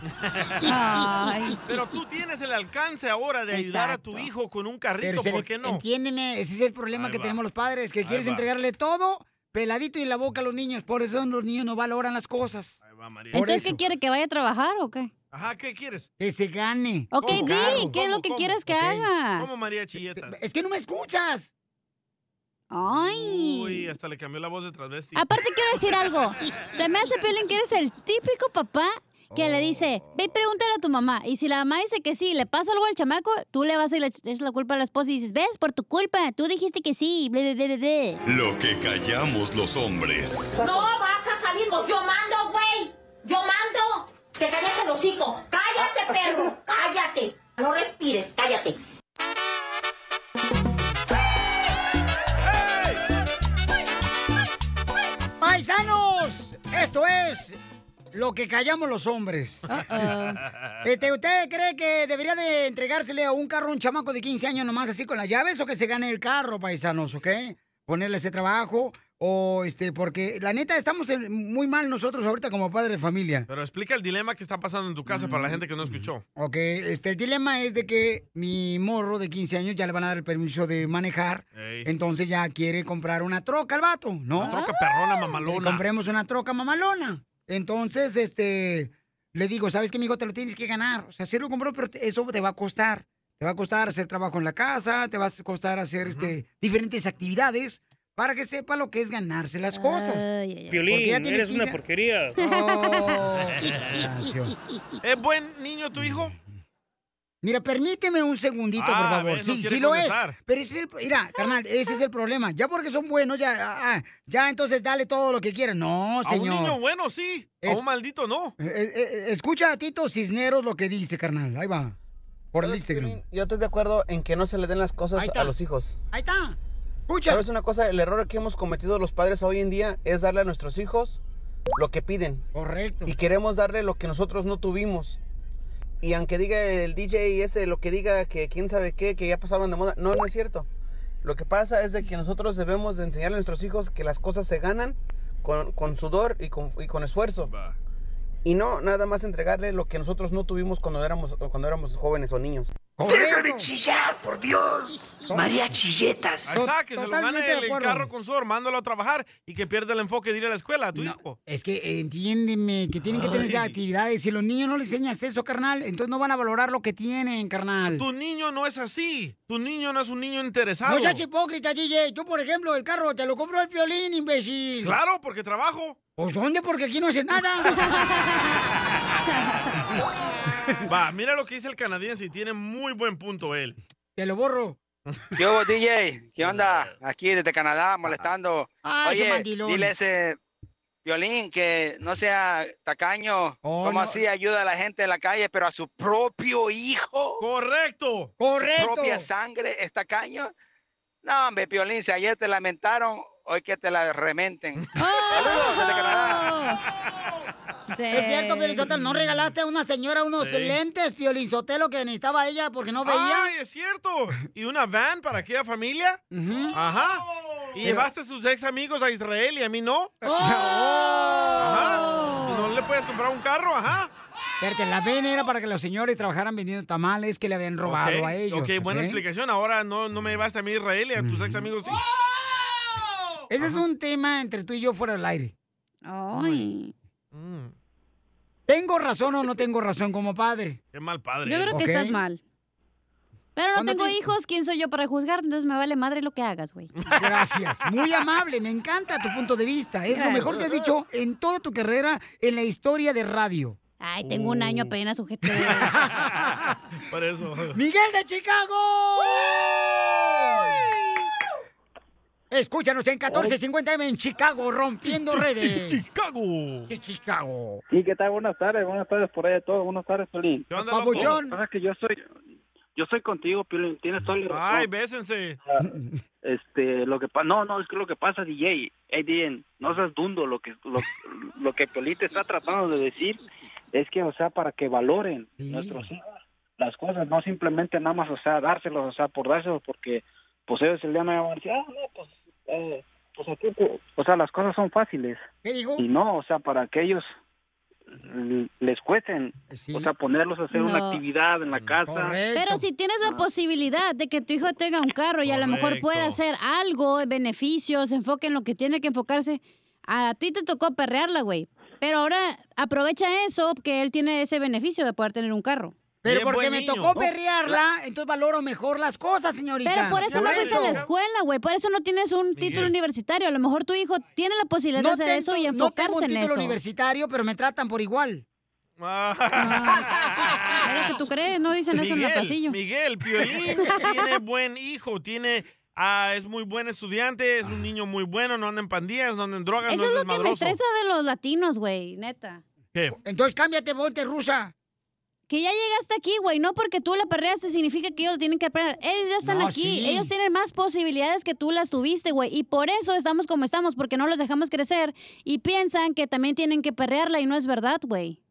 Speaker 4: Pero tú tienes el alcance ahora de ayudar a tu
Speaker 2: Exacto.
Speaker 4: hijo con un
Speaker 2: Pero
Speaker 4: carrito,
Speaker 2: se le-
Speaker 4: ¿por qué no?
Speaker 2: Entiéndeme, ese es el problema
Speaker 4: Ahí
Speaker 2: que
Speaker 4: va.
Speaker 2: tenemos los padres, que
Speaker 4: Ahí
Speaker 2: quieres
Speaker 4: va.
Speaker 2: entregarle todo peladito y en la boca a los niños. Por eso los niños no valoran las cosas. Por
Speaker 3: Entonces,
Speaker 2: eso. pues.
Speaker 3: ¿qué quiere? ¿Que vaya a trabajar o qué?
Speaker 4: Ajá, ¿qué quieres?
Speaker 2: Que se gane.
Speaker 3: Ok,
Speaker 2: Un
Speaker 3: di,
Speaker 2: carro.
Speaker 3: ¿qué es lo que quieres que
Speaker 2: Ok.
Speaker 3: haga?
Speaker 4: Como María Chilletas.
Speaker 2: Es que no me escuchas.
Speaker 3: Ay.
Speaker 4: Uy, hasta le cambió la voz de transvesti.
Speaker 3: Aparte quiero decir algo. Se me hace Piolín que eres el típico papá que le dice, ve y pregúntale a tu mamá. Y si la mamá dice que sí, le pasa algo al chamaco, tú le vas y le echas la culpa a la esposa y dices, ves, por tu culpa, tú dijiste que sí, ble, ble, ble, ble".
Speaker 8: Lo que callamos los hombres.
Speaker 16: No vas a salir, no, yo mando, güey. Yo mando. Te calles el hocico. Cállate, perro. Cállate. No respires, cállate.
Speaker 2: ¡Paisanos! Esto es lo que callamos los hombres. Este, ¿Usted cree que debería de entregársele a un carro a un chamaco de 15 años nomás así con las llaves o que se gane el carro, paisanos, ok? Ponerle ese trabajo o este, porque la neta estamos en- muy mal nosotros ahorita como padre de familia.
Speaker 4: Pero explica el dilema que está pasando en tu casa
Speaker 2: Mm.
Speaker 4: para la gente que no escuchó.
Speaker 2: Ok, este, el dilema es de que mi morro de 15 años ya le van a dar el permiso de manejar.
Speaker 4: Ey.
Speaker 2: Entonces ya quiere comprar una troca al vato, ¿no?
Speaker 4: Una troca perrona, mamalona.
Speaker 2: Le compremos una troca mamalona. Entonces, este, le digo, ¿sabes qué, mijo? Te lo tienes que ganar. O sea, sí lo compró, pero te- eso te va a costar. Te va a costar hacer trabajo en la casa, te va a costar hacer este, diferentes actividades para que sepa lo que es ganarse las cosas. Porque ya
Speaker 1: Piolín,
Speaker 2: tienes
Speaker 1: eres una
Speaker 2: 15
Speaker 1: porquería.
Speaker 2: Oh.
Speaker 4: ¿Es Eh, buen niño tu hijo?
Speaker 2: Mira, permíteme un segundito,
Speaker 4: Ah,
Speaker 2: por favor.
Speaker 4: ves, no
Speaker 2: sí,
Speaker 4: quiere
Speaker 2: sí lo
Speaker 4: contestar.
Speaker 2: es. Pero ese es el, mira, carnal, ese es el problema. Ya porque son buenos, ya, ah, ah, ya entonces dale todo lo que quieran. No,
Speaker 4: A un
Speaker 2: señor.
Speaker 4: niño bueno, sí. A
Speaker 2: Es-
Speaker 4: un maldito, no.
Speaker 2: Eh, eh, eh, escucha a Tito Cisneros lo que dice, carnal. Ahí va. Por el Instagram.
Speaker 17: Yo estoy de acuerdo en que no se le den las cosas
Speaker 2: Ahí está.
Speaker 17: a los hijos.
Speaker 2: Ahí está.
Speaker 17: ¿Sabes una cosa? El error que hemos cometido los padres hoy en día es darle a nuestros hijos lo que piden.
Speaker 2: Correcto.
Speaker 17: Y queremos darle lo que nosotros no tuvimos. Y aunque diga el DJ este, lo que diga que quién sabe qué, que ya pasaron de moda, no, no es cierto. Lo que pasa es de que nosotros debemos de enseñarle a nuestros hijos que las cosas se ganan con, con sudor y con, y con esfuerzo. Y no nada más entregarle lo que nosotros no tuvimos cuando éramos, cuando éramos jóvenes o niños.
Speaker 9: ¡Deja de chillar, por Dios! María Chilletas.
Speaker 4: Ahí está, que se lo gane
Speaker 9: Totalmente de
Speaker 4: el, el
Speaker 9: acuerdo.
Speaker 4: carro con sudor, mándalo a trabajar y que pierda el enfoque de ir a la escuela, a tu hijo.
Speaker 2: Es que entiéndeme que tienen que tener
Speaker 4: Ay.
Speaker 2: esas actividades. Si los niños no les enseñas eso, carnal, entonces no van a valorar lo que tienen, carnal.
Speaker 4: Tu niño no es así. Tu niño no es un niño interesado.
Speaker 2: No seas hipócrita, DJ. Tú, por ejemplo, el carro te lo compró el violín, imbécil.
Speaker 4: Claro, porque trabajo.
Speaker 2: Pues ¿dónde? Porque aquí no hace nada.
Speaker 4: Va, mira lo que dice el canadiense y tiene muy buen punto él.
Speaker 2: te lo borro.
Speaker 18: ¿Qué hubo, DJ? ¿Qué onda? Aquí desde Canadá molestando.
Speaker 2: Ah, ese
Speaker 18: Oye,
Speaker 2: mandilón.
Speaker 18: dile a ese violín que no sea tacaño. como
Speaker 2: Oh, no.
Speaker 18: así ayuda a la gente de la calle, pero a su propio hijo.
Speaker 4: Correcto.
Speaker 18: Su
Speaker 2: Correcto.
Speaker 18: propia sangre es tacaño. No, hombre, violín, si ayer te lamentaron, hoy que te la rementen. Saludos desde Canadá.
Speaker 2: Es cierto, Piolizotelo, ¿no regalaste a una señora unos
Speaker 4: Sí.
Speaker 2: lentes, Piolizotelo, que necesitaba ella porque no veía?
Speaker 4: Ay, es cierto. ¿Y una van para aquella familia? Ajá. ¿Y
Speaker 2: Pero-
Speaker 4: llevaste a sus ex amigos a Israel y a mí no?
Speaker 2: Oh.
Speaker 4: Ajá. ¿No le puedes comprar un carro? Ajá.
Speaker 2: Espérate, la ven era para que los señores trabajaran vendiendo tamales que le habían robado
Speaker 4: Ok,
Speaker 2: a ellos.
Speaker 4: Ok, buena
Speaker 2: ¿ok? Mm.
Speaker 4: explicación. Ahora no, no me llevaste a mí a Israel y a tus ex amigos sí.
Speaker 2: Ese es un tema entre tú y yo fuera del aire.
Speaker 3: Ay.
Speaker 2: ¿Tengo razón o no tengo razón como padre?
Speaker 4: Qué mal padre.
Speaker 3: Yo creo que
Speaker 2: Ok.
Speaker 3: estás mal. Pero no
Speaker 2: Cuando
Speaker 3: tengo
Speaker 2: te-
Speaker 3: hijos, ¿quién soy yo para juzgar? Entonces me vale madre lo que hagas, güey.
Speaker 2: Gracias. Muy amable, me encanta tu punto de vista. Es lo
Speaker 3: Gracias.
Speaker 2: mejor que has dicho en toda tu carrera en la historia de radio.
Speaker 3: Ay, tengo un año apenas, sujeto.
Speaker 4: Por eso.
Speaker 2: ¡Miguel de Chicago! Escúchanos en 1450M en Chicago, rompiendo redes.
Speaker 4: Chicago.
Speaker 2: Chicago.
Speaker 11: Sí, ¿qué tal? Buenas tardes, buenas tardes por ahí de todo. Buenas tardes, Piolín.
Speaker 4: ¿Qué
Speaker 2: onda, loco? Papuchón.
Speaker 11: Lo que pasa es que yo soy, yo soy contigo, Piolín, tienes todo el razón.
Speaker 4: Ay, bésense.
Speaker 11: Ah, Este, lo que pasa, no, no, es que lo que pasa, DJ, eh, DJ, no seas dundo, lo que, lo, lo que Piolín te está tratando de decir es que, o sea, para que valoren nuestros hijos las cosas, no simplemente nada más, o sea, dárselos, o sea, por dárselos, porque, pues ellos el día me van a decir, ah, no, pues, eh, pues aquí, pues, o sea, las cosas son fáciles.
Speaker 2: ¿Qué digo?
Speaker 11: Y no, o sea, para que ellos l- les cuesten, o sea, ponerlos a hacer una
Speaker 3: No.
Speaker 11: actividad en la casa.
Speaker 3: Pero si tienes la posibilidad de que tu hijo tenga un carro y a lo mejor
Speaker 11: Correcto.
Speaker 3: pueda hacer algo, eh, beneficios, enfoque en lo que tiene que enfocarse, a ti te tocó perrearla, güey. Pero ahora aprovecha eso, que él tiene ese beneficio de poder tener un carro.
Speaker 2: Pero porque me tocó perrearla, entonces valoro mejor las cosas, señorita.
Speaker 3: Pero por eso no fuiste a la escuela, güey. Por eso no tienes un título universitario. A lo mejor tu hijo tiene la posibilidad
Speaker 2: No
Speaker 3: de hacer
Speaker 2: tengo-
Speaker 3: eso y
Speaker 2: no tengo un
Speaker 3: enfocarse en
Speaker 2: título
Speaker 3: eso.
Speaker 2: universitario, pero me tratan por igual.
Speaker 3: Era que tú crees, no dicen eso en el pasillo.
Speaker 4: Miguel, Piolín tiene buen hijo, tiene, ah, es muy buen estudiante, es un niño muy bueno, no anda en pandillas, no anda en drogas,
Speaker 3: Eso
Speaker 4: no
Speaker 3: es lo que me
Speaker 4: desmadroso.
Speaker 3: estresa de los latinos, güey, neta.
Speaker 4: ¿Qué?
Speaker 2: Entonces cámbiate, ponte rusa.
Speaker 3: Que ya llegaste aquí, güey. No porque tú la perreaste significa que ellos lo tienen que perrear. Ellos ya están
Speaker 2: No,
Speaker 3: aquí.
Speaker 2: sí.
Speaker 3: Ellos tienen más posibilidades que tú las tuviste, güey. Y por eso estamos como estamos, porque no los dejamos crecer y piensan que también tienen que perrearla y no es verdad, güey.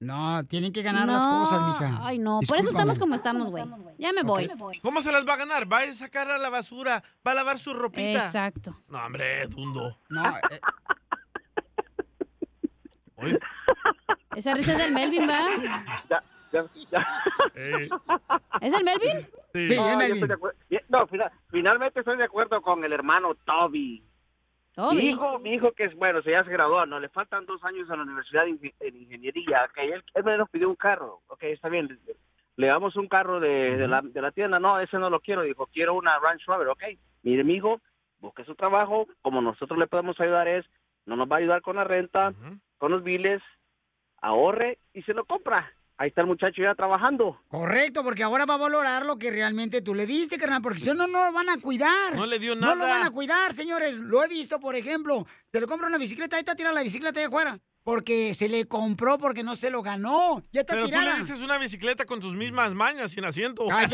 Speaker 2: No, tienen que ganar las
Speaker 3: No.
Speaker 2: cosas, mija.
Speaker 3: Ay, no. Por eso
Speaker 2: Discúlpame.
Speaker 3: estamos como estamos, güey. Ya me voy.
Speaker 4: ¿Cómo se las va a ganar? Va a sacar a la basura, va a lavar su ropita.
Speaker 3: Exacto.
Speaker 4: No, hombre, dundo.
Speaker 2: No,
Speaker 3: Esa risa es del Melvin, ¿va? ¿Es el Melvin?
Speaker 9: Sí,
Speaker 11: no,
Speaker 9: es
Speaker 11: yo
Speaker 9: Melvin.
Speaker 11: estoy de acuerdo. Ye- no, fina- finalmente estoy de acuerdo con el hermano Toby.
Speaker 3: Toby.
Speaker 11: Mi hijo, mi hijo que es bueno, se ya se graduó, no le faltan dos años a la universidad de inge- en ingeniería. ok, él, él me nos pidió un carro, ok, está bien. le- Le damos un carro de, de la, de la tienda, no, ese no lo quiero, dijo, quiero una Range Rover, ok. Mire, mi hijo, busque su trabajo, como nosotros le podemos ayudar es, no nos va a ayudar con la renta, con los biles, ahorre y se lo compra. Ahí está el muchacho ya trabajando.
Speaker 2: Correcto, porque ahora va a valorar lo que realmente tú le diste, carnal, porque si no, no lo van a cuidar.
Speaker 4: No le dio
Speaker 2: No lo
Speaker 4: nada.
Speaker 2: van a cuidar, señores. Lo he visto, por ejemplo, se le compra una bicicleta, ahí está tirada la bicicleta de afuera. Porque se le compró, porque no se lo ganó. Ya está
Speaker 4: Pero tú
Speaker 2: tirada.
Speaker 4: le dices una bicicleta con sus Ah, mismas mañas, sin asiento.
Speaker 8: La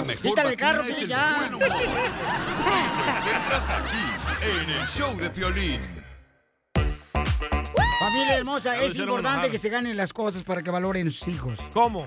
Speaker 8: mejor
Speaker 2: Quítale el
Speaker 8: vacuna
Speaker 2: carro,
Speaker 8: es
Speaker 2: Piolín,
Speaker 8: el
Speaker 2: ya.
Speaker 8: buen humor. Encuentras aquí, en el show de Piolín.
Speaker 2: Familia hermosa,
Speaker 8: Ya lo
Speaker 2: es
Speaker 8: hicieron
Speaker 2: importante
Speaker 8: enojar.
Speaker 2: que se ganen las cosas para que valoren sus hijos.
Speaker 4: ¿Cómo?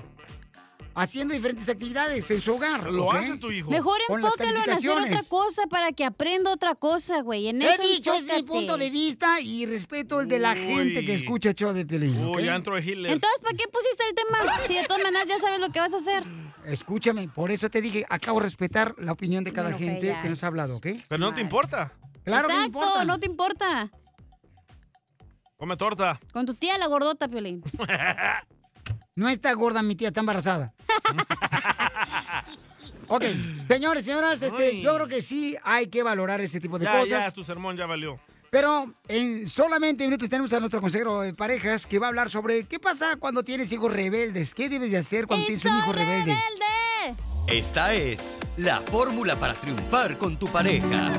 Speaker 2: Haciendo diferentes actividades en su hogar.
Speaker 4: Lo
Speaker 2: ¿ok?
Speaker 4: hace tu hijo.
Speaker 3: Mejor
Speaker 2: Con las
Speaker 3: enfócalo en hacer otra
Speaker 2: calificaciones.
Speaker 3: cosa para que aprenda otra cosa, güey. En
Speaker 2: He
Speaker 3: eso
Speaker 2: dicho, es mi
Speaker 3: enfócate.
Speaker 2: punto de vista y respeto el de la
Speaker 4: Uy.
Speaker 2: gente que escucha el show de Piolín.
Speaker 4: Uy,
Speaker 2: ¿ok?
Speaker 4: ya entró Hitler.
Speaker 3: Entonces, ¿para qué pusiste el tema? Si de todas maneras ya sabes lo que vas a hacer.
Speaker 2: Escúchame, por eso te dije, acabo de respetar la opinión de cada
Speaker 3: Bueno, ok,
Speaker 2: gente
Speaker 3: ya.
Speaker 2: que nos ha hablado, ¿ok?
Speaker 4: Pero no te importa.
Speaker 2: Claro que
Speaker 3: Exacto,
Speaker 2: importa.
Speaker 3: no te importa.
Speaker 4: Come torta.
Speaker 3: Con tu tía la gordota, Piolín.
Speaker 4: Pues,
Speaker 2: No está gorda mi tía, está embarazada. ok, señores, señoras, este,
Speaker 4: Ay.
Speaker 2: yo creo que sí hay que valorar ese tipo de
Speaker 4: Ya,
Speaker 2: cosas.
Speaker 4: ya, tu sermón ya valió.
Speaker 2: Pero en solamente minutos tenemos a nuestro consejero de parejas que va a hablar sobre qué pasa cuando tienes hijos rebeldes. ¿Qué debes de hacer cuando tienes un hijo rebelde?
Speaker 19: Esta es la fórmula para triunfar con tu pareja.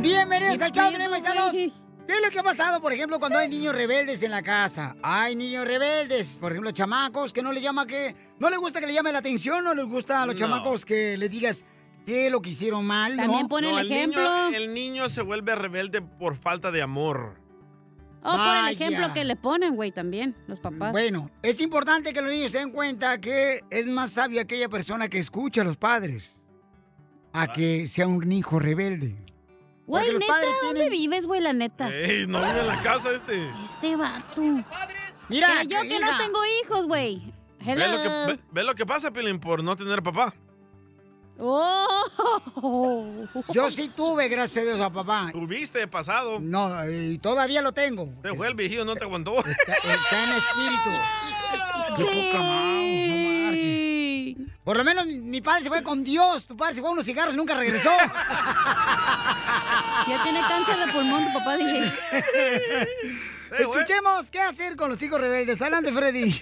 Speaker 2: Bienvenidos al show, Piolín, paisanos. ¿Qué es lo que ha pasado, por ejemplo, cuando hay niños rebeldes en la casa? Hay niños rebeldes, por ejemplo, chamacos que no les llama que... No les gusta que le llame la atención, no les gusta a los
Speaker 4: No.
Speaker 2: chamacos que les digas qué es lo que hicieron mal, ¿no?
Speaker 4: No, Niño, el niño se vuelve rebelde por falta de amor.
Speaker 3: O por Oh, el
Speaker 2: Vaya.
Speaker 3: ejemplo que le ponen, güey, también, los papás.
Speaker 2: Bueno, es importante que los niños se den cuenta que es más sabio aquella persona que escucha a los padres
Speaker 4: Ah.
Speaker 2: a que sea un hijo rebelde.
Speaker 3: Güey,
Speaker 2: porque los
Speaker 3: neta,
Speaker 2: padres
Speaker 3: ¿dónde vives, güey, la neta?
Speaker 4: Ey, no vive en la casa este.
Speaker 3: Este vato.
Speaker 2: Mira,
Speaker 3: Que yo que
Speaker 2: mira.
Speaker 3: no tengo hijos, güey.
Speaker 4: Ve
Speaker 3: Hello.
Speaker 4: lo, que, ve- ve lo que pasa, Pilín, por no tener papá.
Speaker 3: Oh.
Speaker 2: Yo sí tuve, gracias a Dios, a papá.
Speaker 4: Tuviste de pasado.
Speaker 2: No, y todavía lo tengo.
Speaker 4: Se fue el viejillo, no te aguantó.
Speaker 2: Está,
Speaker 4: eh.
Speaker 2: está en espíritu. Qué poca madre, no marches. Por lo menos mi- mi padre se fue con Dios. Tu padre se fue a unos cigarros y nunca regresó.
Speaker 3: Ya tiene cáncer de pulmón tu papá, dije.
Speaker 2: Escuchemos qué hacer con los hijos rebeldes. Adelante, Freddy.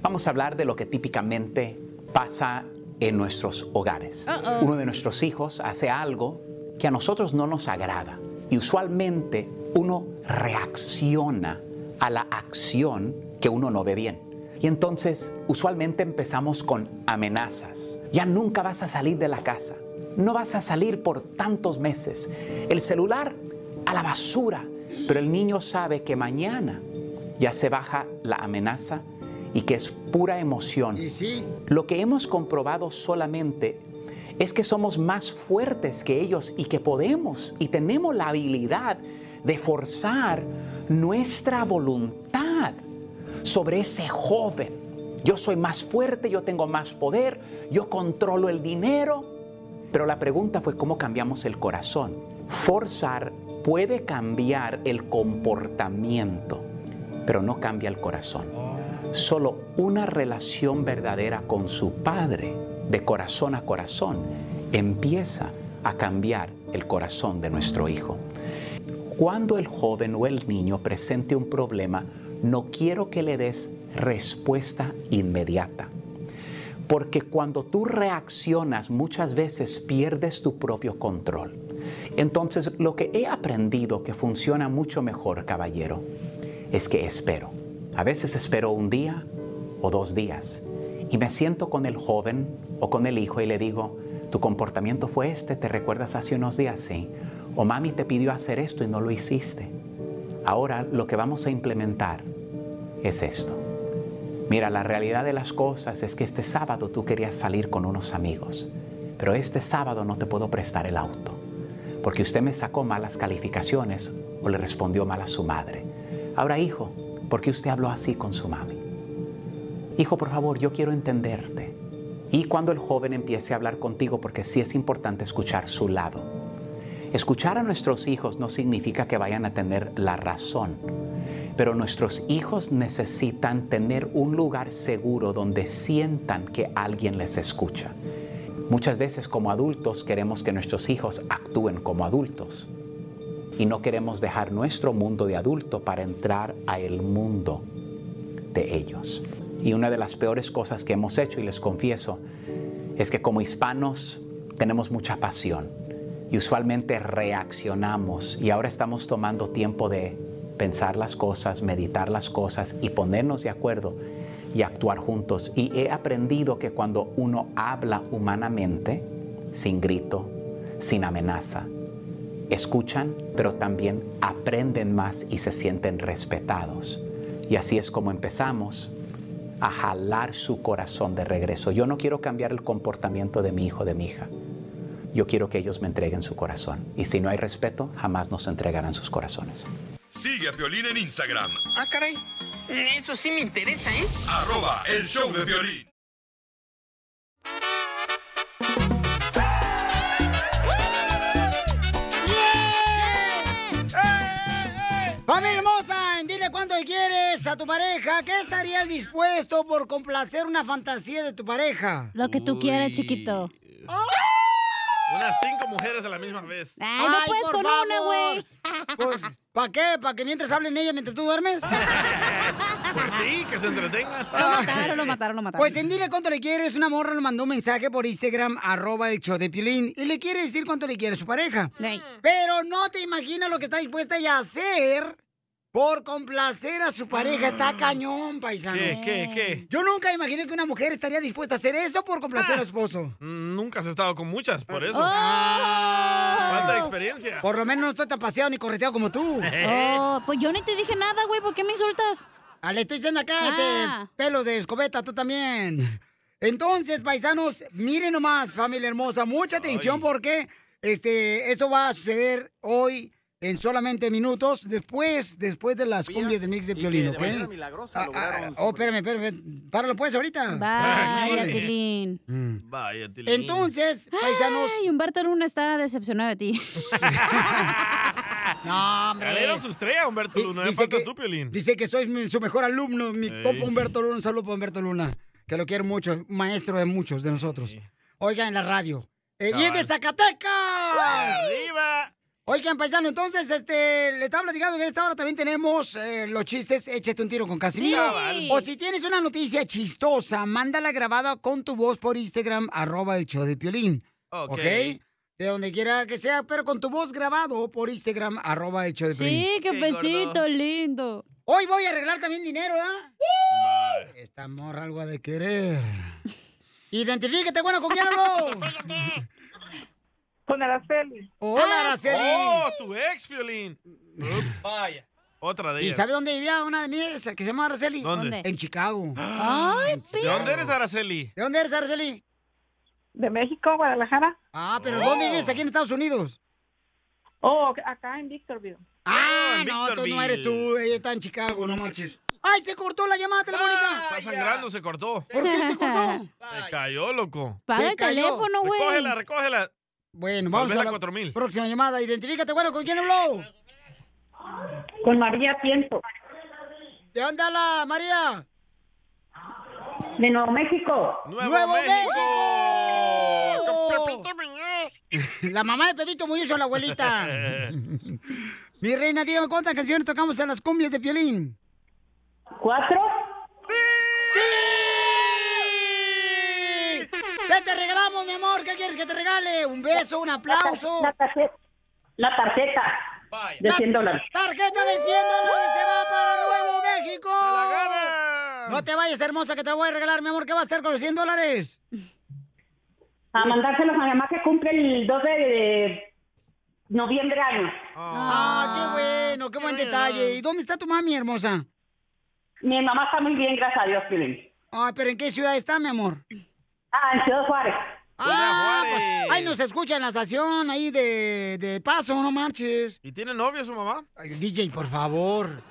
Speaker 20: Vamos a hablar de lo que típicamente pasa en nuestros hogares.
Speaker 3: Uh-oh.
Speaker 20: Uno de nuestros hijos hace algo que a nosotros no nos agrada y usualmente uno reacciona a la acción que uno no ve bien. Y entonces usualmente empezamos con amenazas. Ya nunca vas a salir de la casa. No vas a salir por tantos meses. El celular a la basura. Pero el niño sabe que mañana ya se baja la amenaza y que es pura emoción. Lo que hemos comprobado solamente es que somos más fuertes que ellos y que podemos y tenemos la habilidad de forzar nuestra voluntad sobre ese joven. Yo soy más fuerte, yo tengo más poder, yo controlo el dinero, pero la pregunta fue cómo cambiamos el corazón. Forzar puede cambiar el comportamiento, pero no cambia el corazón. Solo una relación verdadera con su padre, de corazón a corazón, empieza a cambiar el corazón de nuestro hijo. Cuando el joven o el niño presente un problema, no quiero que le des respuesta inmediata. Porque cuando tú reaccionas muchas veces pierdes tu propio control. Entonces lo que he aprendido que funciona mucho mejor, caballero, es que espero. A veces espero un día o dos días y me siento con el joven o con el hijo y le digo, tu comportamiento fue este, ¿te recuerdas hace unos días? Sí. O mami te pidió hacer esto y no lo hiciste. Ahora lo que vamos a implementar es esto. Mira, la realidad de las cosas es que este sábado tú querías salir con unos amigos, pero este sábado no te puedo prestar el auto, porque usted me sacó malas calificaciones o le respondió mal a su madre. Ahora, hijo, ¿por qué usted habló así con su mami? Hijo, por favor, yo quiero entenderte. Y cuando el joven empiece a hablar contigo, porque sí es importante escuchar su lado. Escuchar a nuestros hijos no significa que vayan a tener la razón, pero nuestros hijos necesitan tener un lugar seguro donde sientan que alguien les escucha. Muchas veces como adultos queremos que nuestros hijos actúen como adultos y no queremos dejar nuestro mundo de adulto para entrar a el mundo de ellos. Y una de las peores cosas que hemos hecho, y les confieso, es que como hispanos tenemos mucha pasión y usualmente reaccionamos y ahora estamos tomando tiempo de pensar las cosas, meditar las cosas y ponernos de acuerdo y actuar juntos. Y he aprendido que cuando uno habla humanamente, sin grito, sin amenaza, escuchan, pero también aprenden más y se sienten respetados. Y así es como empezamos a jalar su corazón de regreso. Yo no quiero cambiar el comportamiento de mi hijo, de mi hija. Yo quiero que ellos me entreguen su corazón. Y si no hay respeto, jamás nos entregarán sus corazones.
Speaker 8: Sigue a Piolín en Instagram.
Speaker 21: Ah, caray. Eso sí me interesa, ¿eh?
Speaker 8: Arroba el show de violín.
Speaker 2: Familia hermosa, en dile cuánto le quieres a tu pareja. ¿Qué estarías dispuesto por complacer una fantasía de tu pareja?
Speaker 3: Lo que tú quieras, chiquito.
Speaker 4: Unas cinco mujeres a la misma vez.
Speaker 3: Ay, no puedes
Speaker 2: por
Speaker 3: con una,
Speaker 2: favor.
Speaker 3: güey.
Speaker 2: Pues, ¿para qué? ¿Para que mientras hablen ella mientras tú duermes?
Speaker 4: Pues sí, que se entretengan.
Speaker 2: Lo mataron, lo mataron, lo mataron. Pues en Dile Cuánto Le Quieres, una morra nos mandó un mensaje por Instagram, arroba el show de Piolín, y le quiere decir cuánto le quiere a su pareja. Pero no te imaginas lo que está dispuesta ella a hacer por complacer a su pareja. Está cañón, paisano.
Speaker 4: ¿Qué, qué, qué?
Speaker 2: Yo nunca imaginé que una mujer estaría dispuesta a hacer eso por complacer a su esposo.
Speaker 4: Mm, Nunca has estado con muchas, por eso.
Speaker 2: ¡Oh!
Speaker 4: Falta de experiencia.
Speaker 2: Por lo menos no estoy tan paseado ni correteado como tú.
Speaker 3: Oh, pues yo ni te dije nada, güey. ¿Por qué me insultas?
Speaker 2: Ah, le estoy diciendo acá,
Speaker 3: Ah.
Speaker 2: este pelo de escobeta, tú también. Entonces, paisanos, miren nomás, familia hermosa, mucha atención porque este, esto va a suceder hoy en solamente minutos, después, después de las cumbias del mix
Speaker 22: y
Speaker 2: de Piolín,
Speaker 22: que de manera
Speaker 2: ¿ok? Ah, ah, oh, espérame, espérame, páralo pues ahorita.
Speaker 3: Vaya,
Speaker 2: Órale.
Speaker 3: Tilín.
Speaker 4: Vaya, Tilín.
Speaker 2: Mm. Entonces, paisanos...
Speaker 3: Ay, Humberto Luna está decepcionado de ti.
Speaker 2: No,
Speaker 4: Galera sustrea, Humberto Luna.
Speaker 2: dice
Speaker 4: faltas
Speaker 2: que-
Speaker 4: tú, Piolín.
Speaker 2: Dice que soy mi- su mejor alumno, mi
Speaker 4: Ey.
Speaker 2: compa Humberto Luna. Un saludo para Humberto Luna, que lo quiero mucho, maestro de muchos de nosotros. Oigan, en la radio. Eh, ¡Y es de
Speaker 9: Cabal.
Speaker 2: Zacatecas!
Speaker 9: ¡Arriba!
Speaker 2: Oigan, paisano, entonces, este, le estaba platicando que en esta hora también tenemos eh, los chistes, échate un tiro con Casimiro.
Speaker 9: Sí.
Speaker 2: O si tienes una noticia chistosa, mándala grabada con tu voz por Instagram, arroba el show de Piolín.
Speaker 9: Ok.
Speaker 2: Ok. De donde quiera que sea, pero con tu voz grabado por Instagram, arroba el show de Piolín.
Speaker 3: Sí, qué besito lindo.
Speaker 2: Hoy voy a arreglar también dinero, ¿ah? Esta morra algo ha de querer. Identifíquete, bueno, ¿con quién hablo?
Speaker 23: Con Araceli. Ah,
Speaker 2: Hola, Araceli. Mm.
Speaker 4: Oh, tu ex, Piolín. Ups. Vaya. Otra de
Speaker 2: ¿Y
Speaker 4: ellas.
Speaker 2: sabe dónde vivía una de mis que se llama Araceli?
Speaker 4: ¿Dónde? ¿Dónde?
Speaker 2: En Chicago.
Speaker 4: Ay,
Speaker 2: En
Speaker 4: ¿De
Speaker 2: Chicago.
Speaker 4: dónde eres, Araceli?
Speaker 2: ¿De dónde eres, Araceli?
Speaker 23: De México, Guadalajara.
Speaker 2: Ah, pero
Speaker 23: Oh.
Speaker 2: ¿dónde vives aquí en Estados Unidos?
Speaker 23: Oh, acá en Victorville.
Speaker 2: Ah,
Speaker 23: en
Speaker 2: no, tú no
Speaker 23: Victorville.
Speaker 2: eres tú, ella está en Chicago, no marches. ¡Ay, se cortó la llamada telefónica!
Speaker 4: Está sangrando, se cortó.
Speaker 2: ¿Por qué se cortó?
Speaker 4: Se cayó, loco.
Speaker 2: Paga el teléfono, güey.
Speaker 4: Recógela, recógela.
Speaker 2: Bueno, vamos
Speaker 4: Volvés
Speaker 2: a
Speaker 4: a
Speaker 2: la
Speaker 4: 4000.
Speaker 2: próxima llamada. Identifícate, bueno, ¿con quién habló?
Speaker 23: Con María Pienso.
Speaker 2: ¿De dónde habla, María?
Speaker 23: De Nuevo México.
Speaker 2: ¡Nuevo, México! La mamá de Pepito Muñoz, la abuelita. Mi reina, dígame cuántas canciones tocamos en las cumbias de Piolín.
Speaker 23: ¿Cuatro?
Speaker 2: ¡Sí! ¿Qué te regalamos, mi amor? ¿Qué quieres que te regale? ¿Un beso? ¿Un aplauso?
Speaker 23: La tarjeta. La tarjeta. De 100 dólares.
Speaker 2: ¡Tarjeta de 100 dólares se va para Nuevo México! No te vayas, hermosa, que te la voy a regalar, mi amor. ¿Qué vas a hacer con los 100 dólares?
Speaker 23: A mandárselos a mi mamá que cumple el 2 de, de noviembre año.
Speaker 2: Ah, qué bueno, qué buen detalle. ¿Y dónde está tu mami, hermosa?
Speaker 23: Mi mamá está muy bien, gracias a Dios, Piolín.
Speaker 2: Ay, Ah, pero ¿en qué ciudad está, mi amor?
Speaker 23: Ah, en Ciudad Juárez.
Speaker 2: Ah,
Speaker 4: Ciudad
Speaker 2: pues,
Speaker 4: Juárez.
Speaker 2: ahí nos escucha en la estación, ahí de, de Paso, no marches.
Speaker 4: ¿Y tiene novio su mamá?
Speaker 2: DJ, por favor.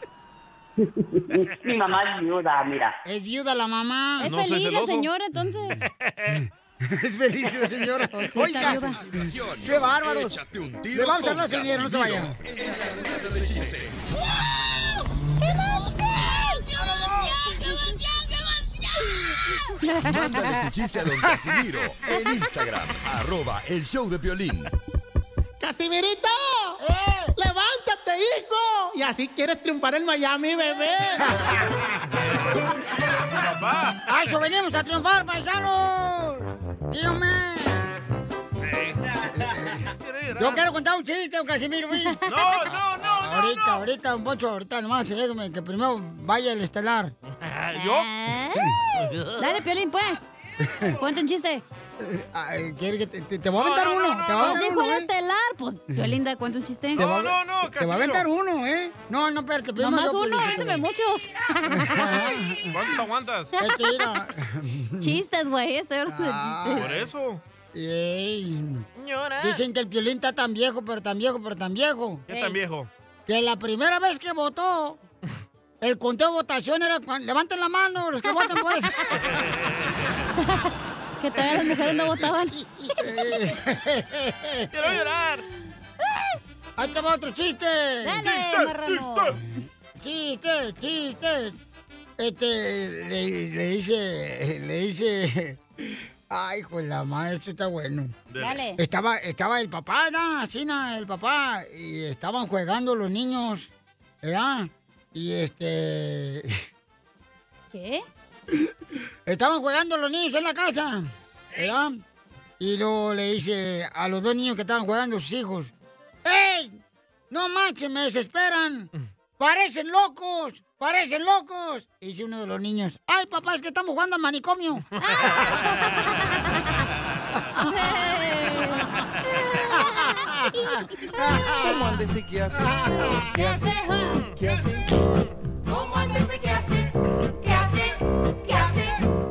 Speaker 23: Mi mamá es viuda, mira.
Speaker 2: Es viuda la
Speaker 4: Ah,
Speaker 2: mamá.
Speaker 3: Es feliz la señora, entonces.
Speaker 2: es feliz la señora.
Speaker 3: Pues sí, está
Speaker 2: Oiga,
Speaker 3: viuda.
Speaker 2: qué bárbaros.
Speaker 8: Échate un tiro
Speaker 2: Le vamos a
Speaker 8: con
Speaker 2: hablar, señora, no se
Speaker 8: Casimiro.
Speaker 2: vayan.
Speaker 8: Mándale tu chiste a don Casimiro en Instagram, arroba el show de violín.
Speaker 24: ¡Casimirito!
Speaker 21: ¡Eh!
Speaker 24: ¡Levántate, hijo! Y así quieres triunfar en Miami, bebé.
Speaker 2: ¡A eso venimos a triunfar, paisanos! ¡Dígame! Yo quiero contar un chiste, don Casimiro. güey.
Speaker 9: No, no, no,
Speaker 2: Ahorita, ahorita, don Poncho, ahorita nomás, déjame que primero vaya el estelar.
Speaker 3: ¿Yo? Dale, Piolín, pues. Cuenta un chiste.
Speaker 2: Ay, ¿quiere que te, te- te voy a aventar uno? te voy a
Speaker 3: Pues
Speaker 2: aventar
Speaker 3: dijo
Speaker 2: uno,
Speaker 3: el
Speaker 2: ¿eh?
Speaker 3: estelar. Pues, Piolinda, cuenta un chiste.
Speaker 2: Te va- Te va a aventar uno, ¿eh? No, no, espérate. primero
Speaker 3: Nomás
Speaker 2: yo,
Speaker 3: uno,
Speaker 2: Piolín.
Speaker 3: véntame muchos.
Speaker 4: ¿Cuántos aguantas?
Speaker 2: Es que mira.
Speaker 3: Chistes, güey, estoy hablando de chistes.
Speaker 4: Ah, Por eso.
Speaker 2: Ey. Dicen que el Piolín está tan viejo, pero tan viejo, pero tan viejo.
Speaker 4: ¿Qué tan viejo?
Speaker 2: Que la primera vez que votó, el conteo de votación era cuan- Levanten la mano los que votan por eso.
Speaker 3: que todavía las mujeres no votaban.
Speaker 2: Quiero llorar. Ahí te va otro chiste.
Speaker 9: Dale, Chiste, marrano.
Speaker 2: Chiste, chiste. Este, le, le dice, le dice... Ay, pues la madre, esto está bueno.
Speaker 9: Dale.
Speaker 2: Estaba, estaba el papá, ¿no? Así, ¿no? el papá. Y estaban jugando los niños, ¿verdad? Y este...
Speaker 3: ¿Qué?
Speaker 2: Estaban jugando los niños en la casa, ¿verdad? Y luego le dice a los dos niños que estaban jugando sus hijos, ¡Ey! No manches, me desesperan. Parecen locos, parecen locos. Y dice uno de los niños, ¡Ay, papá, es que estamos jugando al manicomio!
Speaker 9: ¿Cómo andes y qué hace? ¿Qué hace? ¿Qué hace? ¿Cómo andes y qué hace? ¿Qué hace? ¿Qué hace?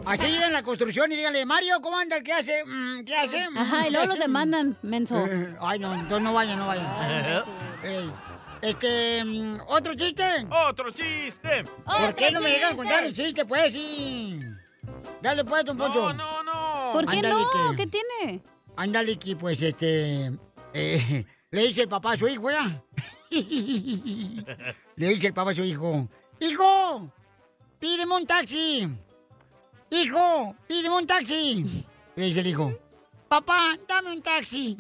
Speaker 2: Así llegan a la construcción y díganle, Mario, ¿cómo anda? ¿Qué hace? Mm, ¿Qué hace? Mm,
Speaker 3: Ajá, y luego los
Speaker 2: ¿qué hace?
Speaker 3: demandan, menso.
Speaker 2: Eh, Ay, no, entonces no vayan, no vayan. Ey, Este, mm, ¿otro eh, chiste?
Speaker 4: ¡Otro chiste!
Speaker 2: ¿Por qué no me llegan a contar el
Speaker 4: chiste?
Speaker 2: chiste, pues? Sí. Dale, pues, don Poncho.
Speaker 4: No, no, no.
Speaker 3: ¿Por qué no? ¿Qué tiene?
Speaker 2: Ándale, que, pues, este... eh, le dice el papá a su hijo, ¿ya? le dice el papá a su hijo. ¡Hijo! ¡Pídeme un taxi! ¡Hijo! ¡Pídeme un taxi! Le dice el hijo. Papá, dame un taxi.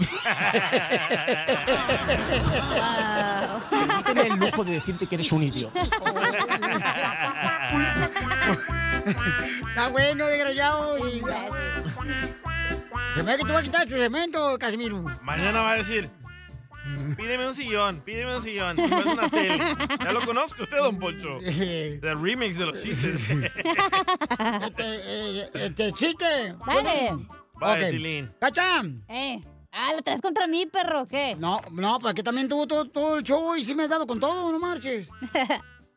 Speaker 6: Permíteme el lujo de decirte que eres un idiota.
Speaker 2: Está bueno, desgraciado. Y... Se me ve que te voy a quitar tu cemento, Casimiro.
Speaker 4: Mañana va a decir, pídeme un sillón, pídeme un sillón, después una tele. Ya lo conozco usted, don Poncho. Del remix de los chistes.
Speaker 2: Este, eh, este chiste.
Speaker 3: Dale.
Speaker 4: Vaya,
Speaker 2: Ok.
Speaker 4: Tilín.
Speaker 2: ¡Cacha!
Speaker 3: Eh. Ah, ¿la traes contra mí, perro? ¿Qué?
Speaker 2: No, no, pues que también tuvo todo, todo el show y sí me has dado con todo, no marches.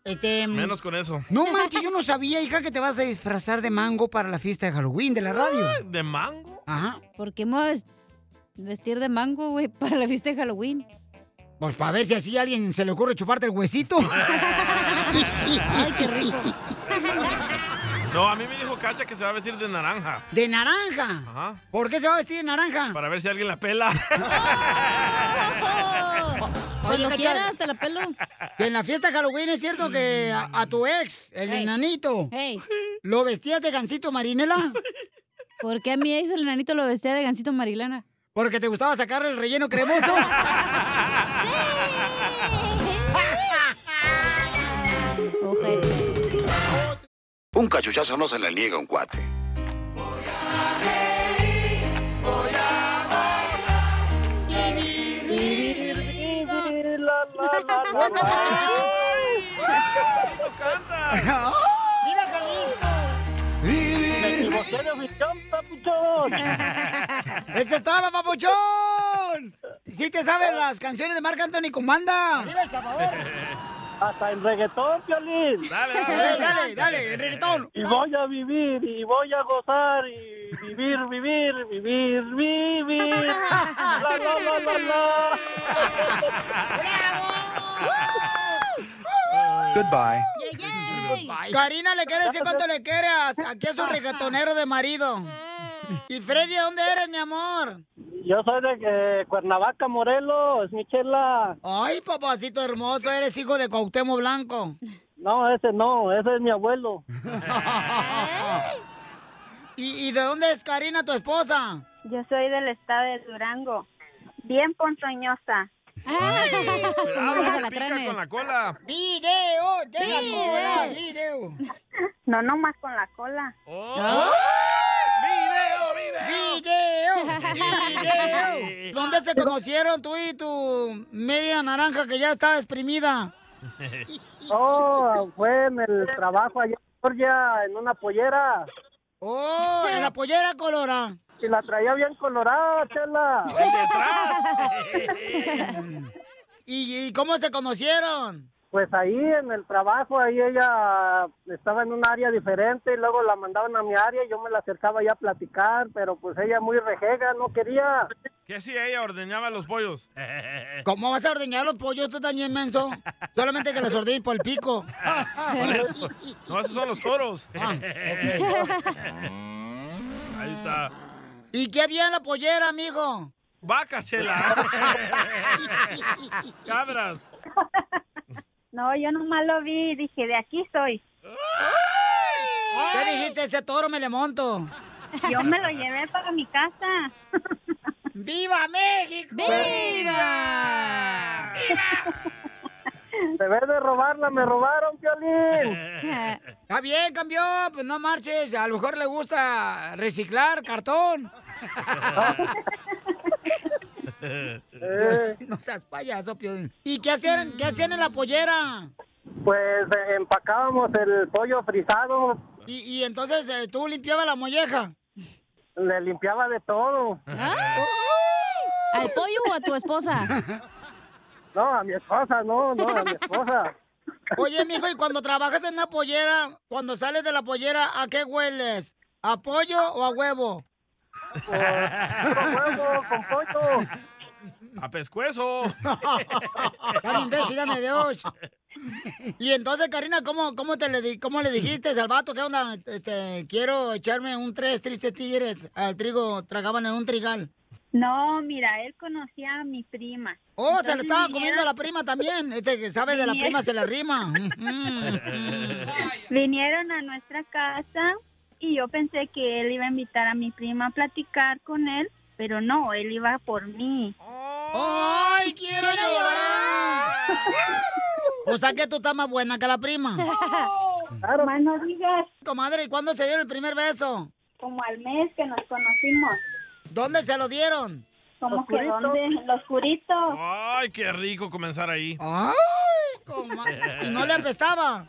Speaker 2: Este. mm,
Speaker 4: Menos con eso.
Speaker 2: No marches, yo no sabía, hija, que te vas a disfrazar de mango para la fiesta de Halloween de la radio.
Speaker 4: Ah, ¿De mango?
Speaker 2: Ajá.
Speaker 3: ¿Por qué me vas a vestir de mango, güey, para la fiesta de Halloween?
Speaker 2: Pues para ver si así a alguien se le ocurre chuparte el huesito.
Speaker 3: Ay, qué rico.
Speaker 4: No, a mí me dijo Cacha que se va a vestir de naranja.
Speaker 2: De naranja.
Speaker 4: Ajá.
Speaker 2: ¿Por qué se va a vestir de naranja?
Speaker 4: Para ver si alguien la pela.
Speaker 3: Cuando
Speaker 2: Cacha,
Speaker 3: quieras, te la pelo.
Speaker 2: Pues que en la fiesta de Halloween es cierto que a,
Speaker 4: Mm.
Speaker 2: a tu ex, el enanito, ¿lo vestías de gancito marinela?
Speaker 3: ¿Por qué a mi ex el enanito lo vestía de gancito marilana?
Speaker 2: Porque te gustaba sacar el relleno cremoso.
Speaker 7: Un cachuchazo no se le niega a un cuate.
Speaker 9: ¡Viva
Speaker 2: Me equivoqué ¡Eso es todo, papuchón! ¿Sí te sabes las canciones de Marc Anthony Comanda? ¡Viva El Salvador!
Speaker 10: Hasta en reggaetón, Piolín. Dale, Eh,
Speaker 2: dale. Eh, dale, dale, en reggaetón.
Speaker 10: Y voy a vivir, y voy a gozar, y vivir, vivir, vivir, vivir. La, la, la, la, la.
Speaker 22: Goodbye.
Speaker 2: Karina le quiere decir cuánto le quiere a- aquí a su reggaetonero de marido. Y Freddy, ¿de dónde eres, mi amor?
Speaker 10: Yo soy de eh, Cuernavaca, Morelos, Michela.
Speaker 2: Ay, papacito hermoso, eres hijo de Cuauhtémoc Blanco.
Speaker 10: No, ese no, ese es mi abuelo.
Speaker 2: ¿Y, y de dónde es Karina, tu esposa?
Speaker 25: Yo soy del estado de Durango, bien ponzoñosa.
Speaker 4: Pica con pues, la cola.
Speaker 2: ¡Video! ¡De la
Speaker 25: Video.
Speaker 2: cola! ¡Video! Oh.
Speaker 25: No nomás con la cola.
Speaker 2: ¡Video! ¡Video! ¡Video! ¡Video! ¿Dónde se conocieron tú y tu media naranja que ya estaba exprimida?
Speaker 10: Oh, fue en el trabajo allá en Georgia, en una pollera.
Speaker 2: Oh, en la pollera colora.
Speaker 10: Y la traía bien colorada, chela.
Speaker 2: ¿Y, y cómo se conocieron?
Speaker 10: Pues ahí en el trabajo, ahí ella estaba en un área diferente y luego la mandaban a mi área y yo me la acercaba ya a platicar, pero pues ella muy rejega, no quería.
Speaker 4: ¿Qué hacía ella? Ordeñaba los pollos.
Speaker 2: ¿Cómo vas a ordeñar los pollos tú también, menso? Solamente que los ordeñes por el pico.
Speaker 4: Por eso. No, esos son los toros.
Speaker 2: Ah,
Speaker 4: Ahí está.
Speaker 2: ¿Y qué había en la pollera, amigo?
Speaker 4: Vacas, chela. Cabras.
Speaker 25: No, yo nomás lo vi y dije, de aquí soy.
Speaker 2: ¿Qué dijiste? Ese toro me le monto.
Speaker 25: Yo me lo llevé para mi casa.
Speaker 2: ¡Viva México!
Speaker 10: ¡Viva! Se ve de robarla, me robaron, Piolín.
Speaker 2: Está bien, campeón, pues no marches. A lo mejor le gusta reciclar cartón. No seas payaso, Piolín. ¿Y qué hacían, qué hacían en la pollera?
Speaker 10: Pues eh, empacábamos el pollo frisado,
Speaker 2: Y, y entonces eh, tú limpiabas la molleja.
Speaker 10: le limpiaba de todo.
Speaker 3: ¿Al pollo o a tu esposa?
Speaker 10: No, a mi esposa, no, no, a mi esposa.
Speaker 2: Oye, mijo, y cuando trabajas en la pollera, cuando sales de la pollera, ¿a qué hueles? ¿A pollo o a huevo?
Speaker 10: huevo, con pollo.
Speaker 4: A pescuezo.
Speaker 2: Dame imbécil, dame Dios. Y entonces, Karina, ¿cómo, cómo, te le, di- cómo le dijiste al vato? ¿Qué onda? Este, quiero echarme un tres tristes tigres al trigo, tragaban en un trigal.
Speaker 25: No, mira, él conocía a mi prima.
Speaker 2: Oh, se
Speaker 25: Entonces
Speaker 2: le estaba
Speaker 25: vinieron-
Speaker 2: comiendo a la prima también. Este que sabe de la prima se la rima.
Speaker 25: Vinieron a nuestra casa y yo pensé que él iba a invitar a mi prima a platicar con él, pero no, él iba por mí.
Speaker 2: ¡Ay, quiero llorar! O sea que tú estás más buena que la prima.
Speaker 25: Claro. Más no digas.
Speaker 2: Comadre, ¿y cuándo se dieron el primer beso?
Speaker 25: Como al mes que nos conocimos.
Speaker 2: ¿Dónde se lo dieron?
Speaker 25: Como
Speaker 2: Los
Speaker 25: que
Speaker 2: curitos.
Speaker 25: dónde, los curitos.
Speaker 4: Ay, qué rico comenzar ahí.
Speaker 2: ¡Ay! comadre. ¿Y no le apestaba?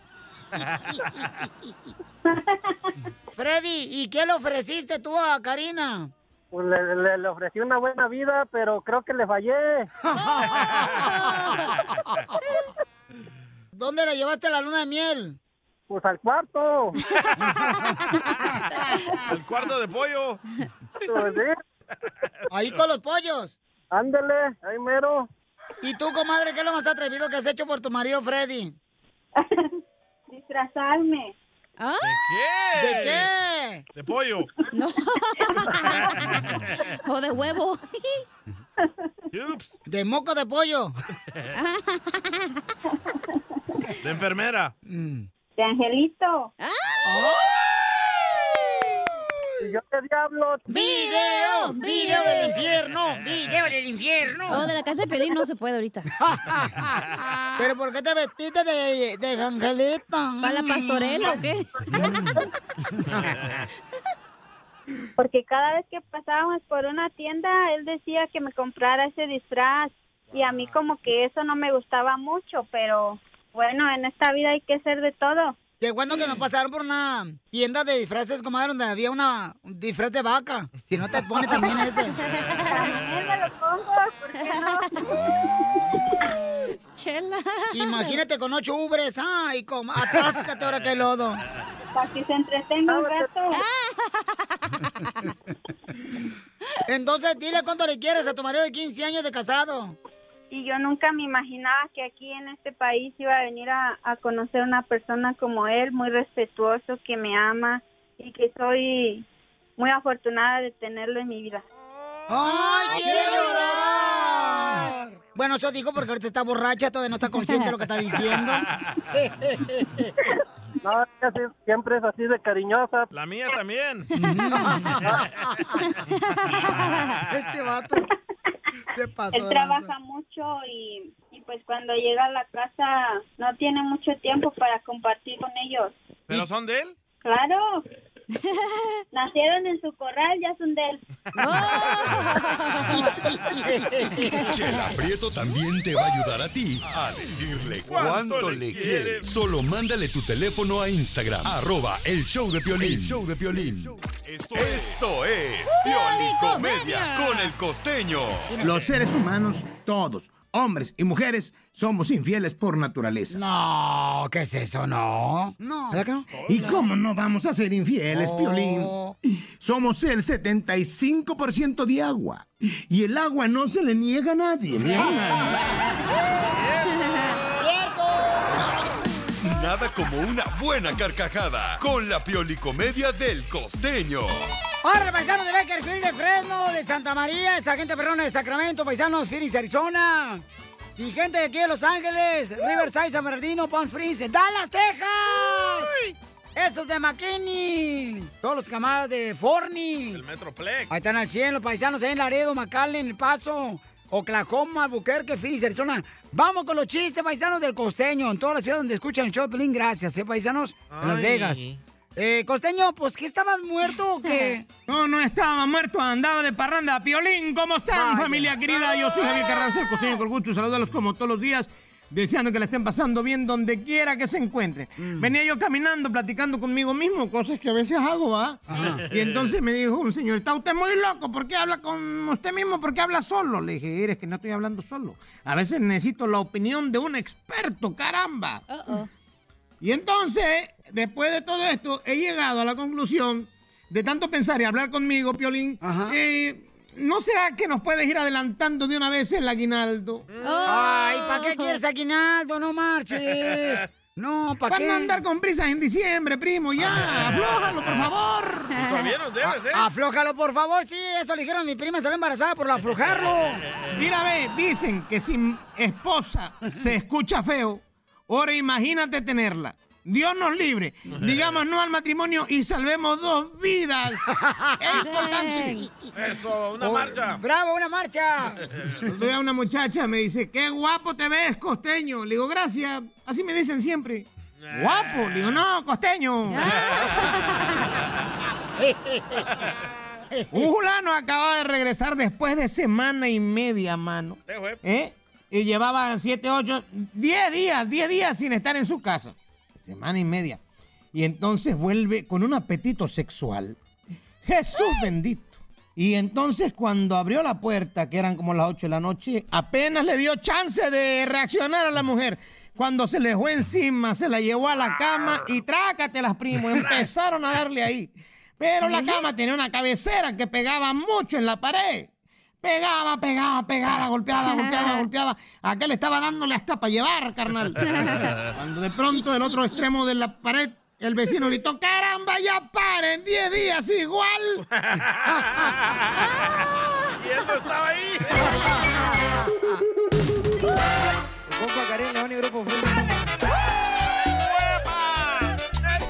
Speaker 2: Freddy, ¿y qué le ofreciste tú a Karina?
Speaker 10: Pues le, le- le ofrecí una buena vida, pero creo que le fallé.
Speaker 2: ¿Dónde la llevaste a la luna de miel?
Speaker 10: Pues al cuarto.
Speaker 4: El cuarto de pollo.
Speaker 10: Pues, ¿eh?
Speaker 2: Ahí con los pollos.
Speaker 10: Ándele, ahí mero.
Speaker 2: ¿Y tú, comadre, qué es lo más atrevido que has hecho por tu marido Freddy?
Speaker 25: Disfrazarme.
Speaker 3: ¿Ah?
Speaker 4: ¿Qué?
Speaker 2: ¿De qué?
Speaker 4: De pollo.
Speaker 3: No. o de huevo.
Speaker 4: Ups.
Speaker 2: De moco de pollo.
Speaker 4: De enfermera.
Speaker 2: Mm.
Speaker 25: De Angelito.
Speaker 3: ¿Ah?
Speaker 10: Y yo qué diablo.
Speaker 2: ¡Video! ¡Video del infierno! ¡Video del infierno!
Speaker 3: O Oh, de la casa de Pelín no se puede ahorita.
Speaker 2: ¿Pero por qué te vestiste de, de angelita?
Speaker 3: ¿Para la pastorela o qué?
Speaker 2: Mm.
Speaker 25: Porque cada vez que pasábamos por una tienda, él decía que me comprara ese disfraz. Y a
Speaker 2: Ah.
Speaker 25: mí como que eso no me gustaba mucho, pero bueno, en esta vida hay que ser de todo.
Speaker 2: Qué bueno que nos pasaron por una tienda de disfraces, comadre, donde había una, un disfraz de vaca. Si no te pone también ese.
Speaker 3: Chela.
Speaker 2: Imagínate con ocho ubres. ¡Ay, coma! Atáscate ahora que hay lodo.
Speaker 25: Para que se entretenga un rato.
Speaker 2: Entonces, dile cuánto le quieres a tu marido de 15 años de casado.
Speaker 25: Y yo nunca me imaginaba que aquí en este país iba a venir a, a conocer una persona como él, muy respetuoso, que me ama y que soy muy afortunada de tenerlo en mi vida.
Speaker 2: ¡Ay, quiero llorar! Bueno, yo digo porque ahorita está borracha, todavía no está consciente de lo que está diciendo.
Speaker 10: No, es que así- siempre es así de cariñosa.
Speaker 4: La mía también.
Speaker 2: Este vato se pasó.
Speaker 25: Él
Speaker 2: de
Speaker 25: trabaja mucho y, y pues cuando llega a la casa no tiene mucho tiempo para compartir con ellos.
Speaker 4: ¿Pero son de él?
Speaker 25: Claro, Nacieron en su corral, ya son de él.
Speaker 8: Chela Prieto también te va a ayudar a ti a decirle cuánto le quieres. Solo mándale tu teléfono a Instagram, arroba el show de Piolín.
Speaker 9: El
Speaker 8: show de Esto es Piolicomedia con el costeño.
Speaker 24: Los seres humanos, todos, hombres y mujeres, somos infieles por naturaleza.
Speaker 2: No, ¿qué es eso? No. No. ¿Verdad que no? Oh.
Speaker 24: ¿Y cómo no vamos a ser infieles, Piolín? Somos el 75% de agua. Y el agua no se le niega a nadie. mi hermano.
Speaker 8: Nada como una buena carcajada con la Piolicomedia del costeño.
Speaker 2: Ahora, paisanos de Bakersfield, de Fresno, de Santa María, esa gente perrona de Sacramento, paisanos, Phoenix, Arizona. Y gente de aquí de Los Ángeles, Riverside, San Bernardino, Palm Springs, Dallas, Texas. Esos de McKinney. Todos los camaradas de Forney.
Speaker 4: El Metroplex.
Speaker 2: Ahí están al cielo, paisanos, ahí en Laredo, McAllen, El Paso, Oklahoma, Albuquerque, Phoenix, Arizona. Vamos con los chistes, paisanos del costeño, en toda la ciudad donde escuchan el show, de Pelín, gracias, ¿eh, paisanos? En Las
Speaker 24: Ay.
Speaker 2: Vegas. Eh, costeño, pues, ¿qué estabas muerto o qué?
Speaker 24: No, no estaba muerto, andaba de parranda. Piolín, ¿cómo están, familia querida? Yo soy Javier Carranza, el costeño con gusto, saludarlos como todos los días, deseando que la estén pasando bien donde quiera que se encuentren. Venía yo caminando, platicando conmigo mismo, cosas que a veces hago, ¿va?
Speaker 9: Ajá.
Speaker 24: Y entonces me dijo un señor, está usted muy loco, ¿por qué habla con usted mismo? ¿Por qué habla solo? Le dije, eres que no estoy hablando solo. A veces necesito la opinión de un experto, caramba. Y entonces, después de todo esto, he llegado a la conclusión de tanto pensar y hablar conmigo, Piolín, eh, ¿no será que nos puedes ir adelantando de una vez el aguinaldo?
Speaker 2: Ay, ¿para qué quieres aguinaldo? No marches. No, ¿para qué?
Speaker 24: Van a andar con prisas en diciembre, primo, ya. Aflójalo, por favor.
Speaker 2: todavía nos debes, ¿eh? Aflójalo, por favor. Sí, eso le dijeron a mi prima, salió embarazada por aflojarlo.
Speaker 24: Mira, ve, dicen que si esposa se escucha feo, ahora imagínate tenerla. Dios nos libre. Digamos no al matrimonio y salvemos dos vidas. Es importante.
Speaker 4: Eso, una
Speaker 24: Oh,
Speaker 4: marcha.
Speaker 2: ¡Bravo, una marcha!
Speaker 24: Veo a Pues una muchacha, me dice, qué guapo te ves, costeño. Le digo, gracias. Así me dicen siempre. Guapo. Le digo, no, costeño. Un fulano acaba de regresar después de semana y media, mano. ¿Eh? Y llevaba 7, 8, 10 días, 10 días sin estar en su casa. Semana y media. Y entonces vuelve con un apetito sexual. Jesús bendito. Y entonces cuando abrió la puerta, que eran como las 8 de la noche, apenas le dio chance de reaccionar a la mujer. Cuando se le fue encima, se la llevó a la cama y trácatelas, primo. Empezaron a darle ahí. Pero la cama tenía una cabecera que pegaba mucho en la pared. Pegaba, pegaba, pegaba, golpeaba, golpeaba, golpeaba. Acá le estaba dándole hasta para llevar, carnal. Cuando de pronto del otro extremo de la pared, el vecino gritó, caramba, ya paren, 10 días igual.
Speaker 9: Y él no estaba ahí.
Speaker 2: pues,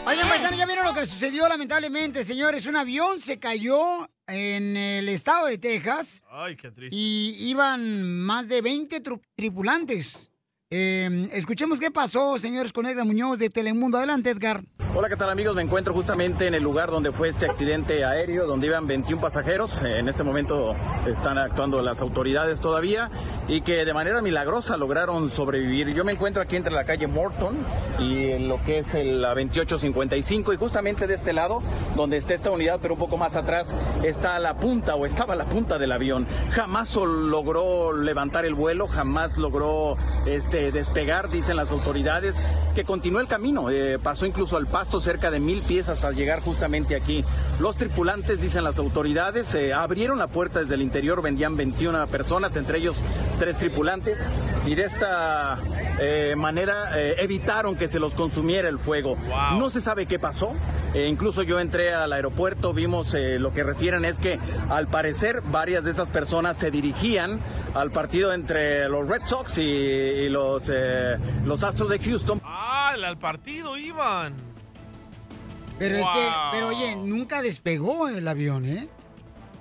Speaker 2: Oigan, paisano, ya vieron lo que sucedió lamentablemente, señores. Un avión se cayó en el estado de Texas.
Speaker 4: Ay, qué triste.
Speaker 2: y iban más de 20 tru- tripulantes. Eh, escuchemos qué pasó, señores, con Edgar Muñoz de Telemundo. Adelante, Edgar.
Speaker 12: Hola, ¿qué tal amigos? Me encuentro justamente en el lugar donde fue este accidente aéreo, donde iban 21 pasajeros. Eh, En este momento están actuando las autoridades todavía y que de manera milagrosa lograron sobrevivir. Yo me encuentro aquí entre la calle Morton y lo que es el- la 2855 y justamente de este lado, donde está esta unidad, pero un poco más atrás, está la punta o estaba la punta del avión. Jamás sol- logró levantar el vuelo, jamás logró este, despegar, dicen las autoridades, que continuó el camino. eh, pasó incluso al pasto cerca de mil pies hasta llegar justamente aquí. Los tripulantes, dicen las autoridades, eh, abrieron la puerta desde el interior, vendían 21 personas, entre ellos tres tripulantes, y de esta eh, manera eh, evitaron que se los consumiera el fuego. No se sabe qué pasó. eh, incluso yo entré al aeropuerto, vimos eh, lo que refieren es que al parecer varias de estas personas se dirigían al partido entre los Red Sox y, y los, eh, los Astros de Houston.
Speaker 4: Ah, el al partido iban.
Speaker 2: Pero es que,
Speaker 4: Wow.
Speaker 2: pero oye, nunca despegó el avión, ¿eh?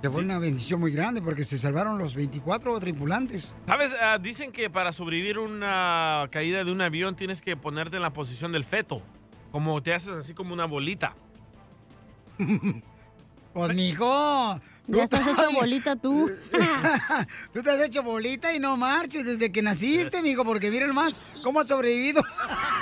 Speaker 2: Que fue una bendición muy grande porque se salvaron los 24 tripulantes.
Speaker 4: ¿Sabes? Ah, dicen que para sobrevivir una caída de un avión tienes que ponerte en la posición del feto. Como te haces así como una bolita.
Speaker 2: Pues, mijo. tú
Speaker 3: Ya estás hecho
Speaker 2: todavía-
Speaker 3: bolita tú.
Speaker 2: tú te has hecho bolita y no marches desde que naciste, mijo, porque miren más cómo has sobrevivido.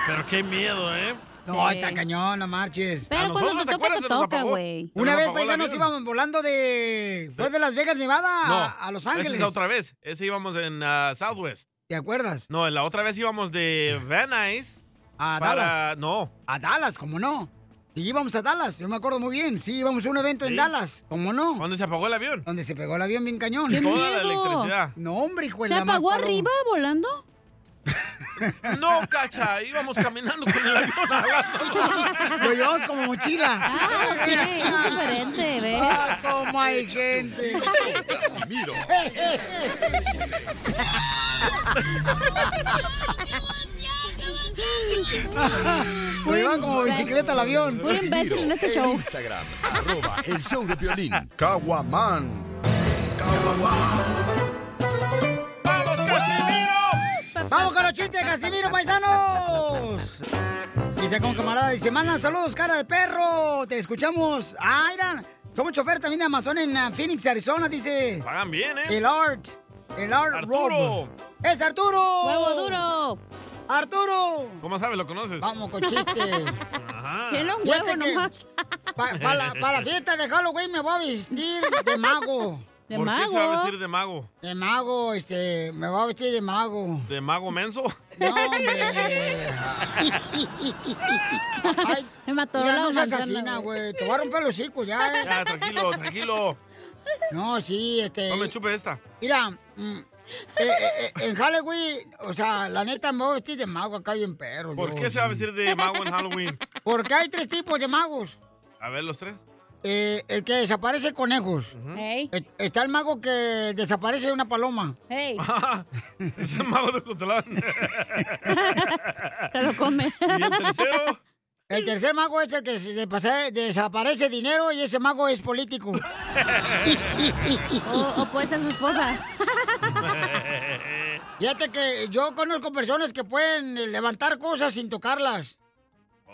Speaker 4: Pero qué miedo, ¿eh?
Speaker 2: No, está cañón, no marches.
Speaker 4: Pero A cuando nosotros, te ¿te toca, acuerdas? te Se nos toca, apagó. güey. Se
Speaker 2: Una
Speaker 4: nos
Speaker 2: vez,
Speaker 4: apagó la
Speaker 2: paisanos,
Speaker 4: vida.
Speaker 2: íbamos volando de... Fue de Las Vegas, Nevada, a, Ah, a Los Ángeles.
Speaker 4: Esa es otra vez. Ese íbamos en ah, Southwest.
Speaker 2: ¿Te acuerdas? Eh.
Speaker 4: No, la otra vez íbamos de Van Nuys.
Speaker 2: A Dallas.
Speaker 4: No.
Speaker 2: A Dallas, ¿cómo no? Sí, íbamos a Dallas, yo me acuerdo muy bien. Sí, íbamos a un evento en Dallas, ¿cómo no?
Speaker 4: ¿Dónde se apagó el avión?
Speaker 2: Donde se pegó el avión bien cañón.
Speaker 4: ¡Qué Toda la miedo! electricidad.
Speaker 2: No, hombre, hijo de
Speaker 3: ¿Se
Speaker 2: la
Speaker 3: apagó
Speaker 2: macaro.
Speaker 3: arriba volando?
Speaker 4: No, cacha, íbamos caminando con el avión hablando.
Speaker 2: Lo llevamos como mochila.
Speaker 3: Ah, ok, es diferente, ¿ves?
Speaker 2: Ah, cómo hay gente.
Speaker 8: Casimiro.
Speaker 2: Lo llevan como bicicleta al avión.
Speaker 8: Puro imbécil en este show. Instagram, arroba el show de violín. Caguaman.
Speaker 2: ¡Vamos con los chistes, Casimiro, paisanos! Dice como camarada, dice, mandan saludos, cara de perro, te escuchamos. Ah, mira, somos chofer también de Amazon en ah, Phoenix, Arizona, dice.
Speaker 4: Pagan bien, ¿eh?
Speaker 2: El Art, el Art
Speaker 4: Arturo.
Speaker 2: Rob. ¡Es Arturo!
Speaker 4: Huevo
Speaker 3: duro!
Speaker 2: ¡Arturo!
Speaker 4: ¿Cómo sabes? ¿Lo conoces?
Speaker 2: Vamos con chistes.
Speaker 4: Ajá.
Speaker 2: Ah. Fíjate que pa- pa la- Para la fiesta de Halloween me voy a vestir de mago.
Speaker 4: ¿Por qué se va a vestir de mago?
Speaker 2: De mago, este, me voy a vestir de mago.
Speaker 4: ¿De mago menso?
Speaker 2: No, hombre. Ay,
Speaker 3: me mató
Speaker 2: ya
Speaker 3: la
Speaker 2: no seas
Speaker 3: manzana,
Speaker 2: asesina,
Speaker 3: güey.
Speaker 2: güey. Te voy a romper los hocico ya, eh.
Speaker 4: Ya, tranquilo, tranquilo.
Speaker 2: No, sí, este.
Speaker 4: No me chupe esta.
Speaker 2: Mira, mm, eh, eh, eh, en Halloween, o sea, la neta me voy a vestir de mago acá bien perro.
Speaker 4: ¿Por
Speaker 2: yo, mm.
Speaker 4: qué se va a vestir de mago en Halloween?
Speaker 2: Porque hay tres tipos de magos.
Speaker 4: A ver, los tres.
Speaker 2: Eh, el que desaparece conejos. Eh, Está el mago que desaparece una paloma.
Speaker 4: Ah, es el mago de Cotlán.
Speaker 3: Se lo come.
Speaker 4: ¿Y el tercero?
Speaker 2: El tercer mago es el que se de- pasa- desaparece dinero y ese mago es político.
Speaker 3: o, o puede ser su esposa.
Speaker 2: Fíjate que yo conozco personas que pueden eh, levantar cosas sin tocarlas.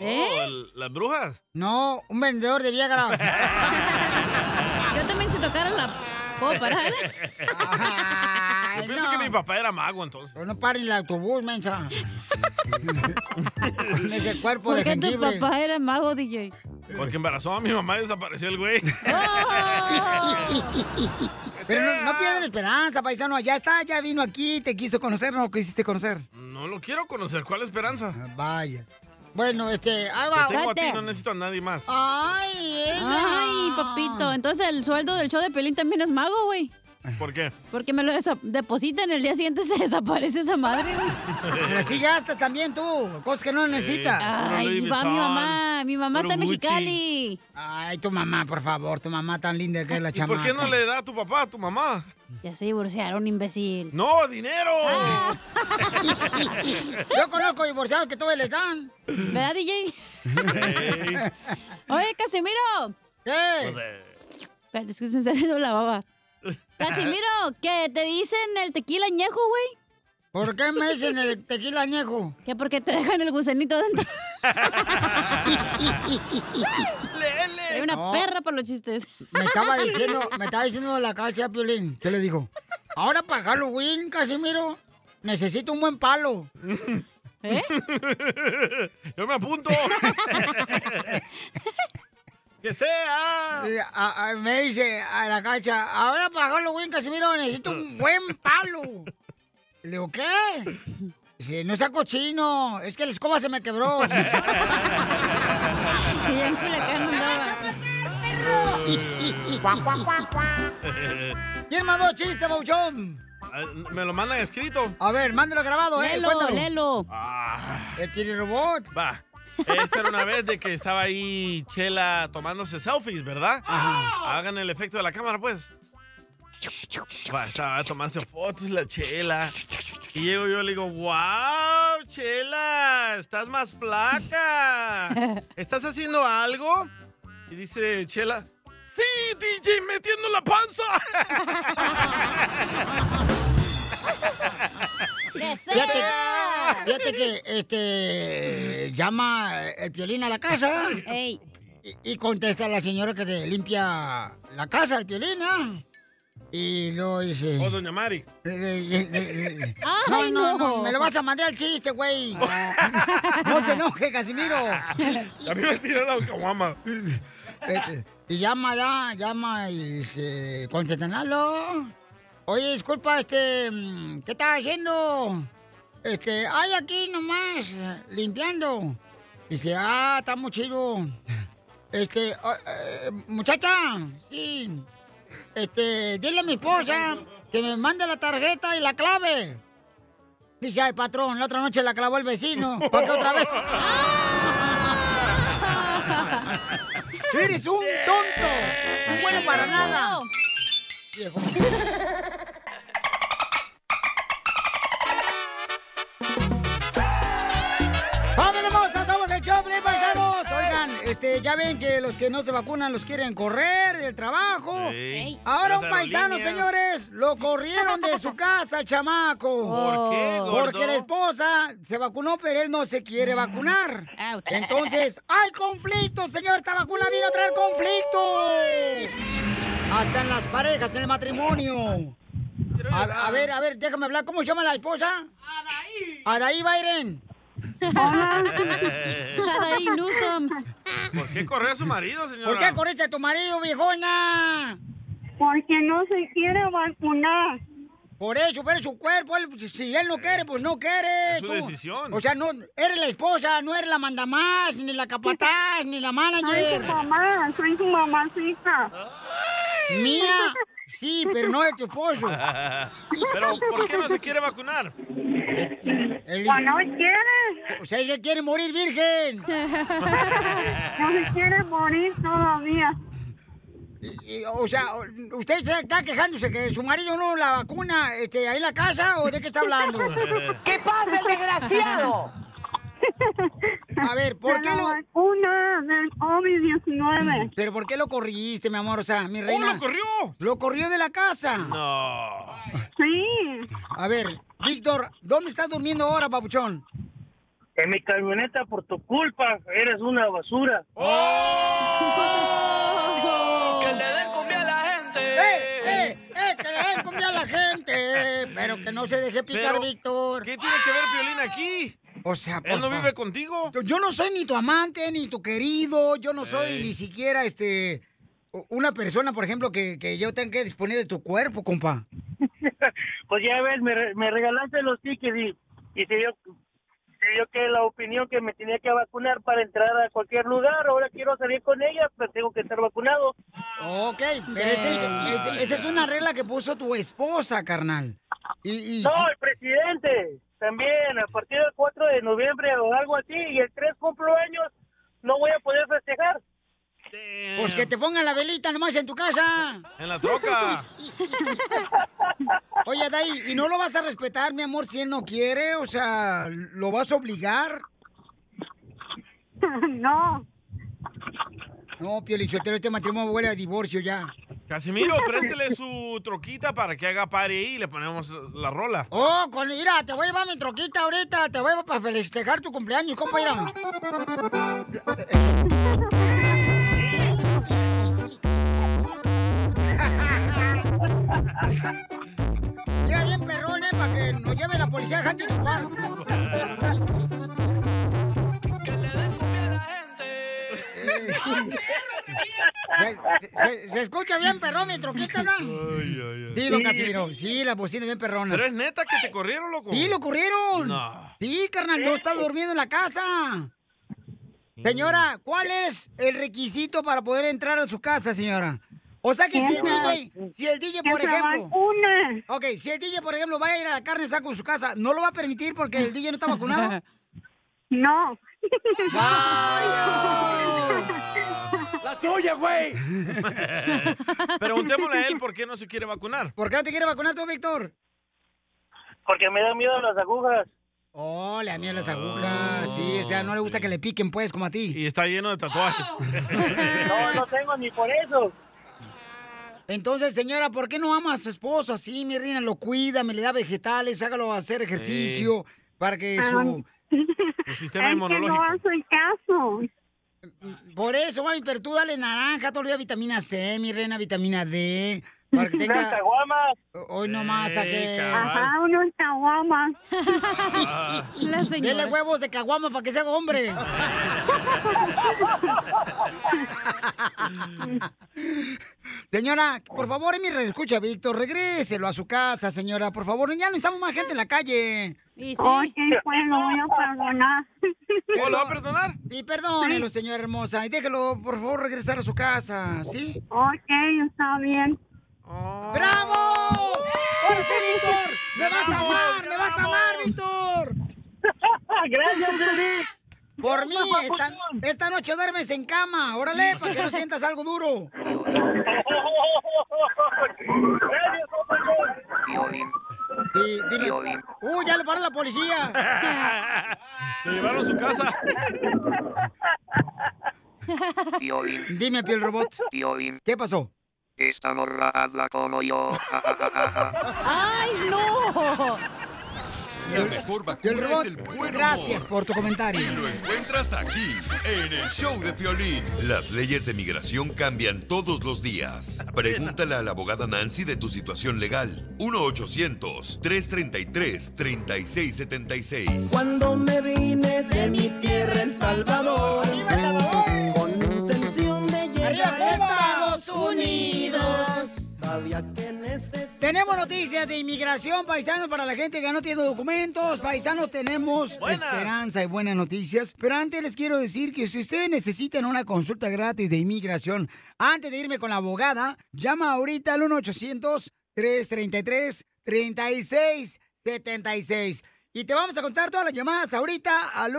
Speaker 2: ¿Eh?
Speaker 4: Oh, el- ¿Las brujas?
Speaker 2: No, un vendedor de Viagra.
Speaker 3: Yo también si tocara la...
Speaker 2: Oh,
Speaker 3: ¿Puedo parar?
Speaker 4: Yo pienso que mi papá era mago entonces.
Speaker 2: No paren el autobús, mensa. Con ese cuerpo de
Speaker 3: ¿Por qué tu
Speaker 2: jengibre.
Speaker 3: papá era mago, DJ?
Speaker 4: Porque embarazó a mi mamá y desapareció el güey.
Speaker 2: Pero no, no pierdan la esperanza, paisano. Ya está, ya vino aquí, te quiso conocer, no lo quisiste conocer.
Speaker 4: No lo quiero conocer. ¿Cuál esperanza?
Speaker 2: Vaya. Bueno, este, ahí va.
Speaker 4: Te tengo a ti, no necesito a nadie más.
Speaker 2: Ah. Ay, ella.
Speaker 3: Ay, papito. Entonces el sueldo del show de Pelín también es mago, güey.
Speaker 4: ¿Por qué?
Speaker 3: Porque me lo desa- depositan el día siguiente se desaparece esa madre, güey.
Speaker 2: Pero así gastas también tú, cosas que no necesitas.
Speaker 3: Ay, va mi mamá. Mi mamá está en Mexicali.
Speaker 2: Ay, tu mamá, por favor, tu mamá tan linda que es la
Speaker 4: ¿Y
Speaker 2: chamaca.
Speaker 4: por qué no le da a tu papá, a tu mamá?
Speaker 3: Ya se divorciaron, imbécil.
Speaker 4: ¡No, dinero!
Speaker 2: Yo conozco divorciados que todavía les dan.
Speaker 3: ¿Verdad, DJ? Oye, Casimiro.
Speaker 4: Pues eh,
Speaker 2: ¿Qué?
Speaker 3: Espérate, es que se me está haciendo la baba. Casimiro, ¿qué te dicen el tequila añejo, güey?
Speaker 2: ¿Por qué me dicen el tequila añejo?
Speaker 3: Que porque te dejan el gusanito dentro. Hay una
Speaker 2: No.
Speaker 3: Ah, perra para los chistes.
Speaker 2: Me estaba diciendo, me estaba diciendo la cacha Piolín. ¿Qué le digo? Ahora para Halloween, Casimiro, necesito un buen palo.
Speaker 3: ¿Eh?
Speaker 4: ¡Yo me apunto! ¡Que sea!
Speaker 2: A- a- me dice a la cacha, ahora para Halloween, Casimiro, necesito un buen palo. Le digo, ¿qué? Dice, no sea cochino, es que la escoba se me quebró. Cuac, cuac, cuac, cuac. ¿Quién mandó chiste, Bauchón?
Speaker 4: Ah, Me lo mandan escrito.
Speaker 2: A ver, mándalo grabado, eh.
Speaker 4: Lelo,
Speaker 2: cuéntalo.
Speaker 4: lelo. Ah.
Speaker 2: El pirobot.
Speaker 4: Va. Esta era una vez de que estaba ahí Chela tomándose selfies, ¿verdad? Hagan el efecto de la cámara, pues. Va, estaba a tomarse fotos la Chela. Y llego yo y le digo, wow, Chela, estás más flaca. ¿Estás haciendo algo? Y dice Chela, sí, DJ, metiendo la
Speaker 2: Fíjate, fíjate que este llama el piolín a la casa Y contesta la señora que te limpia la casa, el piolín, ¿ah? Y lo dice.
Speaker 4: O Oh, Doña Mari.
Speaker 2: No, no, no, me lo vas a mandar al chiste, güey. No se enoje, Casimiro.
Speaker 4: A mí me tiró la caguama.
Speaker 2: Eh, Y llama ya, llama y dice, contestan, aló. Oye, disculpa, este, mm, ¿qué estás haciendo? Este, ay, aquí nomás, eh, limpiando. Dice, ah, está muy chido. Este, ah, eh, muchacha, sí. Este, dile a mi esposa que me mande la tarjeta y la clave. Dice, ay, patrón, la otra noche la clavó el vecino. ¿Para qué otra vez? ¡Eres un tonto! ¡No bueno para
Speaker 9: Ah.
Speaker 2: nada! Viejo. ¡Vamos, hermosa! ¡Somos el Choplin, paisanos! Oigan, este, ya ven que los que no se vacunan los quieren correr del trabajo.
Speaker 9: Sí.
Speaker 2: Ahora
Speaker 9: Las
Speaker 2: un paisano,
Speaker 9: aerolíneas.
Speaker 2: señores, lo corrieron de su casa, el chamaco.
Speaker 9: ¿Por qué, gordo?
Speaker 2: Porque la esposa se vacunó, pero él no se quiere vacunar. Entonces, ¡hay conflicto, señor! ¡Esta vacuna vino a traer conflicto! Hasta en las parejas, en el matrimonio. A, a ver, a ver, déjame hablar. ¿Cómo se llama la esposa? Adaí. Adaí Bairen.
Speaker 4: Adaí
Speaker 2: Newsom.
Speaker 4: ¿Por qué corrió a su marido, señora?
Speaker 2: ¿Por qué corriste a tu marido, viejona?
Speaker 25: Porque no se quiere vacunar.
Speaker 2: Por eso, pero es su cuerpo, él, si él no quiere, pues no quiere.
Speaker 4: Eh, Es su decisión.
Speaker 2: O sea, no, eres la esposa, no eres la mandamás, ni la capataz, ni la
Speaker 25: Soy
Speaker 2: manager.
Speaker 25: su mamá, soy su mamacita.
Speaker 2: Mía, sí, pero no de tu esposo.
Speaker 4: Pero, ¿por qué no se quiere vacunar?
Speaker 2: Pues no quiere. O sea, ella quiere morir virgen.
Speaker 25: No se quiere morir todavía.
Speaker 2: Y, y, o sea, o- usted se está quejándose que su marido no la vacuna este, ahí en la casa o de qué está hablando.
Speaker 9: ¿Qué pasa, el desgraciado?
Speaker 2: A ver, ¿por
Speaker 25: De
Speaker 2: qué
Speaker 25: la
Speaker 2: lo...
Speaker 25: vacuna del COVID-19.
Speaker 2: ¿Pero por qué lo corriste, mi amor? O sea, mi reina.
Speaker 25: lo
Speaker 4: ¡Oh, corrió!
Speaker 2: ¡Lo corrió de la casa!
Speaker 4: No.
Speaker 25: Sí.
Speaker 2: A ver, Víctor, ¿dónde estás durmiendo ahora, papuchón?
Speaker 13: En mi camioneta por tu culpa, eres una basura.
Speaker 2: Oh.
Speaker 4: ¡Oh!
Speaker 9: ¡Que le den comida a la gente!
Speaker 2: ¡Eh, eh, eh! ¡Que le den comida a la gente! eh, Pero que no se deje picar,
Speaker 4: Pero,
Speaker 2: Víctor.
Speaker 4: ¿Qué tiene que ver Piolín aquí?
Speaker 2: O sea, por
Speaker 4: Él no
Speaker 2: fa-
Speaker 4: vive contigo.
Speaker 2: Yo- Yo no soy ni tu amante, ni tu querido. Yo no soy
Speaker 4: Ey.
Speaker 2: ni siquiera, este... u- Una persona, por ejemplo, que, que yo tenga que disponer de tu cuerpo, compa.
Speaker 13: Pues ya ves, me, re- me regalaste los tickets y, y se dio, se dio que la opinión que me tenía que vacunar para entrar a cualquier lugar. Ahora quiero salir con ella, pero tengo que estar vacunado.
Speaker 2: Ok, Pero ese es- ese- esa es una regla que puso tu esposa, carnal. Y, y
Speaker 13: No,
Speaker 2: si-
Speaker 13: el presidente también, a partir del 4 de noviembre o algo así, y el 3 cumplo años, no voy a poder festejar. Eh.
Speaker 2: Pues que te pongan la velita nomás en tu casa.
Speaker 4: En la troca.
Speaker 2: Oye, Dai, ¿y no lo vas a respetar, mi amor, si él no quiere? O sea, ¿lo vas a obligar?
Speaker 25: No.
Speaker 2: No, Piolichotero, este matrimonio huele a divorcio ya.
Speaker 4: Casimiro, préstele su troquita para que haga party ahí y le ponemos la rola.
Speaker 2: Oh, con, mira, te voy a llevar mi troquita ahorita, te voy a llevar para festejar tu cumpleaños, compa, mira. Mira bien perrón, eh, para que nos lleve la policía de Huntington Park. Eh, se, se- se escucha bien perrón mi troquita, ¿no? Sí, don Casimiro, sí, la bocina bien perrona.
Speaker 4: Pero es neta que te corrieron, loco.
Speaker 2: Sí, lo corrieron.
Speaker 4: No.
Speaker 2: Sí, carnal, no está durmiendo en la casa. Señora, ¿cuál es el requisito para poder entrar a su casa, señora? O sea que si el
Speaker 25: Esa.
Speaker 2: DJ, si el DJ, por
Speaker 25: Que se
Speaker 2: ejemplo. Ok, si el DJ, por ejemplo, va a ir a la carne saco en su casa, ¿no lo va a permitir porque el DJ no está vacunado?
Speaker 25: No.
Speaker 4: ¡La suya, güey! Preguntémosle a él por qué no se quiere vacunar.
Speaker 2: ¿Por qué no te quiere vacunar tú, Víctor?
Speaker 13: Porque me da miedo las agujas.
Speaker 2: Oh, le da miedo las agujas. Sí, o sea, no le gusta que le piquen, pues, como a ti.
Speaker 4: Y está lleno de tatuajes.
Speaker 13: No, no tengo ni por eso.
Speaker 2: Entonces, señora, ¿por qué no ama a su esposo así? Mi reina lo cuida, me le da vegetales, hágalo hacer
Speaker 18: Ah,
Speaker 2: ejercicio para que su...
Speaker 4: El sistema
Speaker 25: Ah, es que no
Speaker 4: inmunológico.
Speaker 25: hace caso.
Speaker 2: Por eso, mami, pero tú dale naranja, todo el día vitamina C, mi reina, vitamina D. Para que
Speaker 13: Unas
Speaker 2: tenga...
Speaker 13: caguamas.
Speaker 2: Hoy nomás a que...
Speaker 23: Ajá, unos caguamas.
Speaker 2: La señora. Dele huevos de caguama para que sea hombre. señora, por favor, en mi red escucha, Víctor, regréselo a su casa, señora. Por favor, ya no estamos más gente en la calle.
Speaker 23: Y sí. Ok, pues lo voy a perdonar.
Speaker 2: ¿Cómo
Speaker 23: ¿Oh, lo va a
Speaker 2: perdonar? Y perdónelo, señora hermosa. Y déjelo, por favor, regresar a su casa, ¿sí?
Speaker 23: Ok, está bien. Oh.
Speaker 2: ¡Bravo! ¡Ahora sí, Víctor! ¡Me vas a amar! ¡Me vas a amar, Víctor!
Speaker 13: Gracias, Piolín.
Speaker 2: Por mí, esta, esta noche duermes en cama. Órale, para que no sientas algo duro. Sí, dime. ¡Uh, ya lo paró la policía!
Speaker 4: Lo llevaron a su casa.
Speaker 2: Dime, piel robot. ¿Qué pasó?
Speaker 1: Esta morra habla como yo. Ja, ja, ja, ja, ja.
Speaker 3: ¡Ay, no!
Speaker 8: La mejor
Speaker 2: El
Speaker 8: vacuna
Speaker 2: robot,
Speaker 8: es el buen humor.
Speaker 2: gracias por tu comentario.
Speaker 8: Encuentras aquí, en el show de Piolín. Las leyes de migración cambian todos los días. Pregúntale a la abogada Nancy de tu situación legal. 1-800-333-3676.
Speaker 9: Cuando me vine de mi tierra, El Salvador, con intención de llegar a Estados Unidos, sabía que necesitaba.
Speaker 2: Tenemos noticias de inmigración, paisanos, para la gente que no tiene documentos. Paisanos, tenemos
Speaker 9: Buenas.
Speaker 2: esperanza y buenas noticias. Pero antes les quiero decir que si ustedes necesitan una consulta gratis de inmigración, antes de irme con la abogada, llama ahorita al 1-800-333-3676. Y te vamos a contar todas las llamadas ahorita al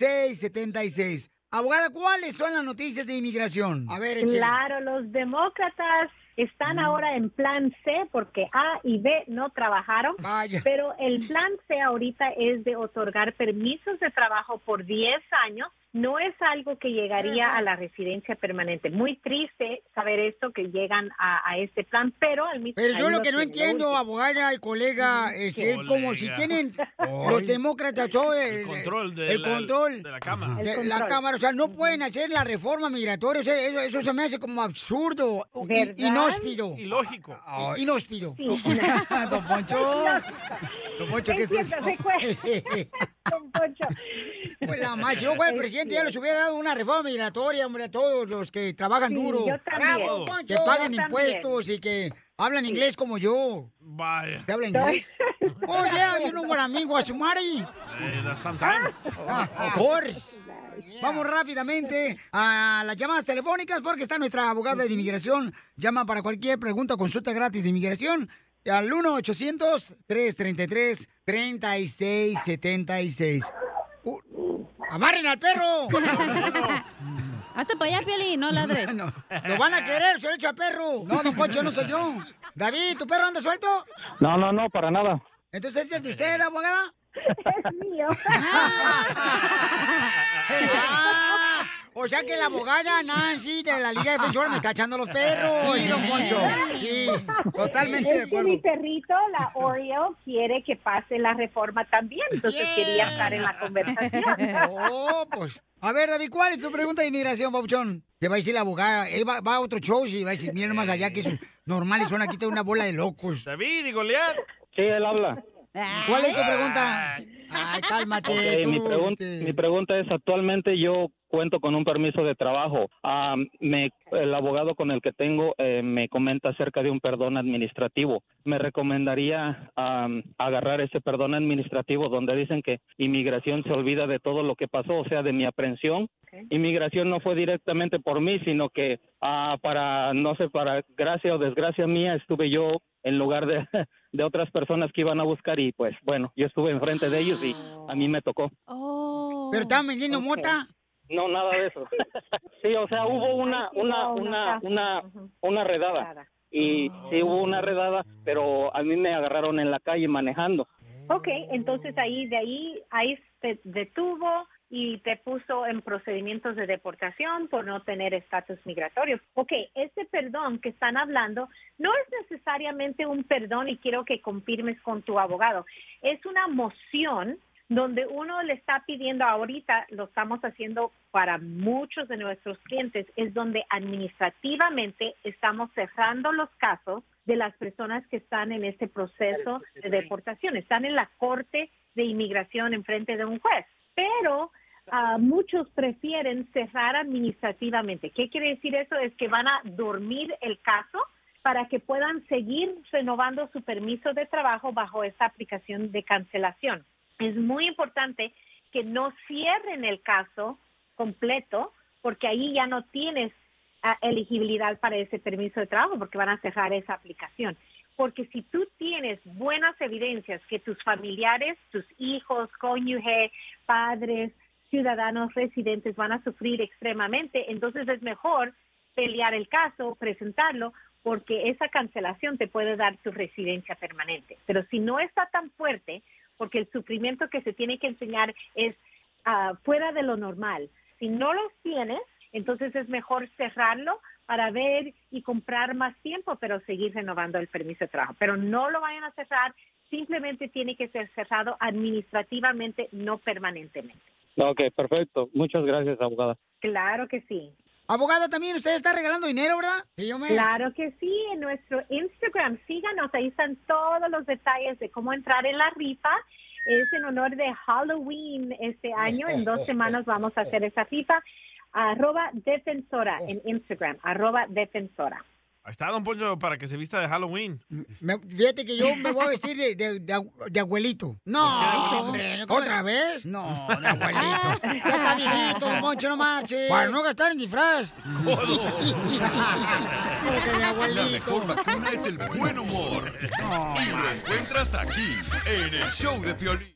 Speaker 2: 1-800-333-3676. Abogada, ¿cuáles son las noticias de inmigración? A ver, échale.
Speaker 14: Claro, los demócratas están
Speaker 2: Mm.
Speaker 14: ahora en plan C porque A y B no trabajaron, pero el plan C ahorita es de otorgar permisos de trabajo por 10 años. No es algo que llegaría a la residencia permanente. Muy triste saber esto que llegan a, a este plan, pero al mismo
Speaker 2: Pero yo
Speaker 14: ahí
Speaker 2: lo
Speaker 14: no Mm,
Speaker 2: que no
Speaker 14: tiene
Speaker 2: entiendo, abogada y colega, es, que es como si
Speaker 14: Colega.
Speaker 2: tienen
Speaker 4: Ay.
Speaker 2: los demócratas todo el,
Speaker 4: El control de,
Speaker 2: el
Speaker 4: la,
Speaker 2: control
Speaker 4: de la cama.
Speaker 2: de la Cámara. O sea, no pueden hacer la reforma migratoria. o sea, eso, eso se me hace como absurdo, i-
Speaker 4: ¿Verdad?
Speaker 2: inhóspito.
Speaker 4: Ilógico.
Speaker 2: Ay, Inhóspito.
Speaker 4: Sí.
Speaker 2: Don Poncho. Don Poncho, ¿qué es
Speaker 14: Es
Speaker 2: eso?
Speaker 14: cierto, Don Poncho.
Speaker 2: Pues la más, yo fuera el
Speaker 14: Es
Speaker 2: presidente, ya les
Speaker 14: cierto.
Speaker 2: hubiera dado una reforma migratoria, hombre, a todos los que trabajan
Speaker 14: Sí,
Speaker 2: duro.
Speaker 14: yo también. Bravo.
Speaker 2: Que
Speaker 14: Yo
Speaker 2: pagan
Speaker 14: también.
Speaker 2: impuestos y que hablan inglés como yo.
Speaker 4: Vaya.
Speaker 2: ¿Te habla inglés? Oh, yeah, you know what I mean, Guasumari.
Speaker 4: Eh, that's sometime.
Speaker 2: Ah, Of course. Vamos rápidamente a las llamadas telefónicas porque está nuestra abogada de inmigración. Llama para cualquier pregunta o consulta gratis de inmigración al 1-800-333-3676. Uh, ¡Amarren al perro!
Speaker 3: Hazte para allá, Pioli, no ladres.
Speaker 2: No, ¡Lo van a querer, se lo echo a perro! No, don Poncho, no soy yo. David, ¿tu perro anda suelto?
Speaker 15: No, no, no, para nada.
Speaker 2: ¿Entonces es el de usted, abogada?
Speaker 14: Es mío.
Speaker 2: Ah. o sea que la abogada Nancy de la Liga de Defensor me está echando los perros. Sí, don Poncho. Sí, totalmente de
Speaker 14: Es que mi
Speaker 2: acuerdo.
Speaker 14: perrito, la Oreo, quiere que pase la reforma también, entonces quería estar en la conversación.
Speaker 2: Oh, pues. A ver, David, ¿cuál es tu pregunta de inmigración, Pauchón? Te va a decir la abogada, él va, va a otro show y va a decir, miren más allá que sus normales son aquí, tengo una bola de locos.
Speaker 4: David y Goliat.
Speaker 15: Sí, él habla.
Speaker 2: ¿Cuál es tu pregunta? Ay, cálmate.
Speaker 15: Ok,
Speaker 2: tú,
Speaker 15: mi, pregun-
Speaker 2: este.
Speaker 15: mi pregunta es, actualmente yo cuento con un permiso de trabajo. Ah, me, el abogado con el que tengo eh, me comenta acerca de un perdón administrativo. Me recomendaría ah, agarrar ese perdón administrativo donde dicen que inmigración se olvida de todo lo que pasó, o sea, de mi aprehensión. Inmigración no fue directamente por mí, sino que ah, para, no sé, para gracia o desgracia mía, estuve yo en lugar de, de otras personas que iban a buscar y pues bueno, yo estuve enfrente de ellos y a mí me tocó.
Speaker 2: ¿Pero estaban vendiendo mota?
Speaker 15: No, nada de eso. sí, o sea, hubo una, una, una, una, una redada. Y sí hubo una redada, pero a mí me agarraron en la calle manejando.
Speaker 14: Ok, entonces ahí de ahí, ahí te detuvo y te puso en procedimientos de deportación por no tener estatus migratorio. Ok, ese perdón que están hablando no es necesariamente un perdón y quiero que confirmes con tu abogado. Es una moción donde uno le está pidiendo ahorita, lo estamos haciendo para muchos de nuestros clientes, es donde administrativamente estamos cerrando los casos de las personas que están en este proceso de deportación, están en la corte de inmigración en frente de un juez, pero ah, muchos prefieren cerrar administrativamente. ¿Qué quiere decir eso? Es que van a dormir el caso para que puedan seguir renovando su permiso de trabajo bajo esta aplicación de cancelación es muy importante que no cierren el caso completo porque ahí ya no tienes ah, elegibilidad para ese permiso de trabajo porque van a cerrar esa aplicación. Porque si tú tienes buenas evidencias que tus familiares, tus hijos, cónyuge, padres, ciudadanos residentes van a sufrir extremadamente, entonces es mejor pelear el caso, presentarlo, porque esa cancelación te puede dar tu residencia permanente. Pero si no está tan fuerte, porque el sufrimiento que se tiene que enseñar es ah, fuera de lo normal. Si no los tienes, entonces es mejor cerrarlo para ver y comprar más tiempo, pero seguir renovando el permiso de trabajo. Pero no lo vayan a cerrar, simplemente tiene que ser cerrado administrativamente, no permanentemente.
Speaker 15: Ok, perfecto. Muchas gracias, abogada.
Speaker 14: Claro que sí.
Speaker 2: Abogada, también usted está regalando dinero, ¿verdad? Sí, yo me-
Speaker 14: Claro que sí, en nuestro Instagram, síganos, ahí están todos los detalles de cómo entrar en la rifa. Es en honor de Halloween este año, en dos semanas vamos a hacer esa rifa. Arroba defensora en Instagram, arroba defensora.
Speaker 4: Ahí está, don Poncho, para que se vista de Halloween.
Speaker 2: Me- fíjate que yo me voy a vestir de, de- de abu- de abuelito. No,
Speaker 4: abuelito?
Speaker 2: hombre, ¿otra vez? No, de abuelito. ya está viejito, don Poncho, no marches.
Speaker 9: Para
Speaker 2: no gastar en disfraz.
Speaker 8: La mejor vacuna es el buen humor. Y lo encuentras aquí, en el show de Piolín.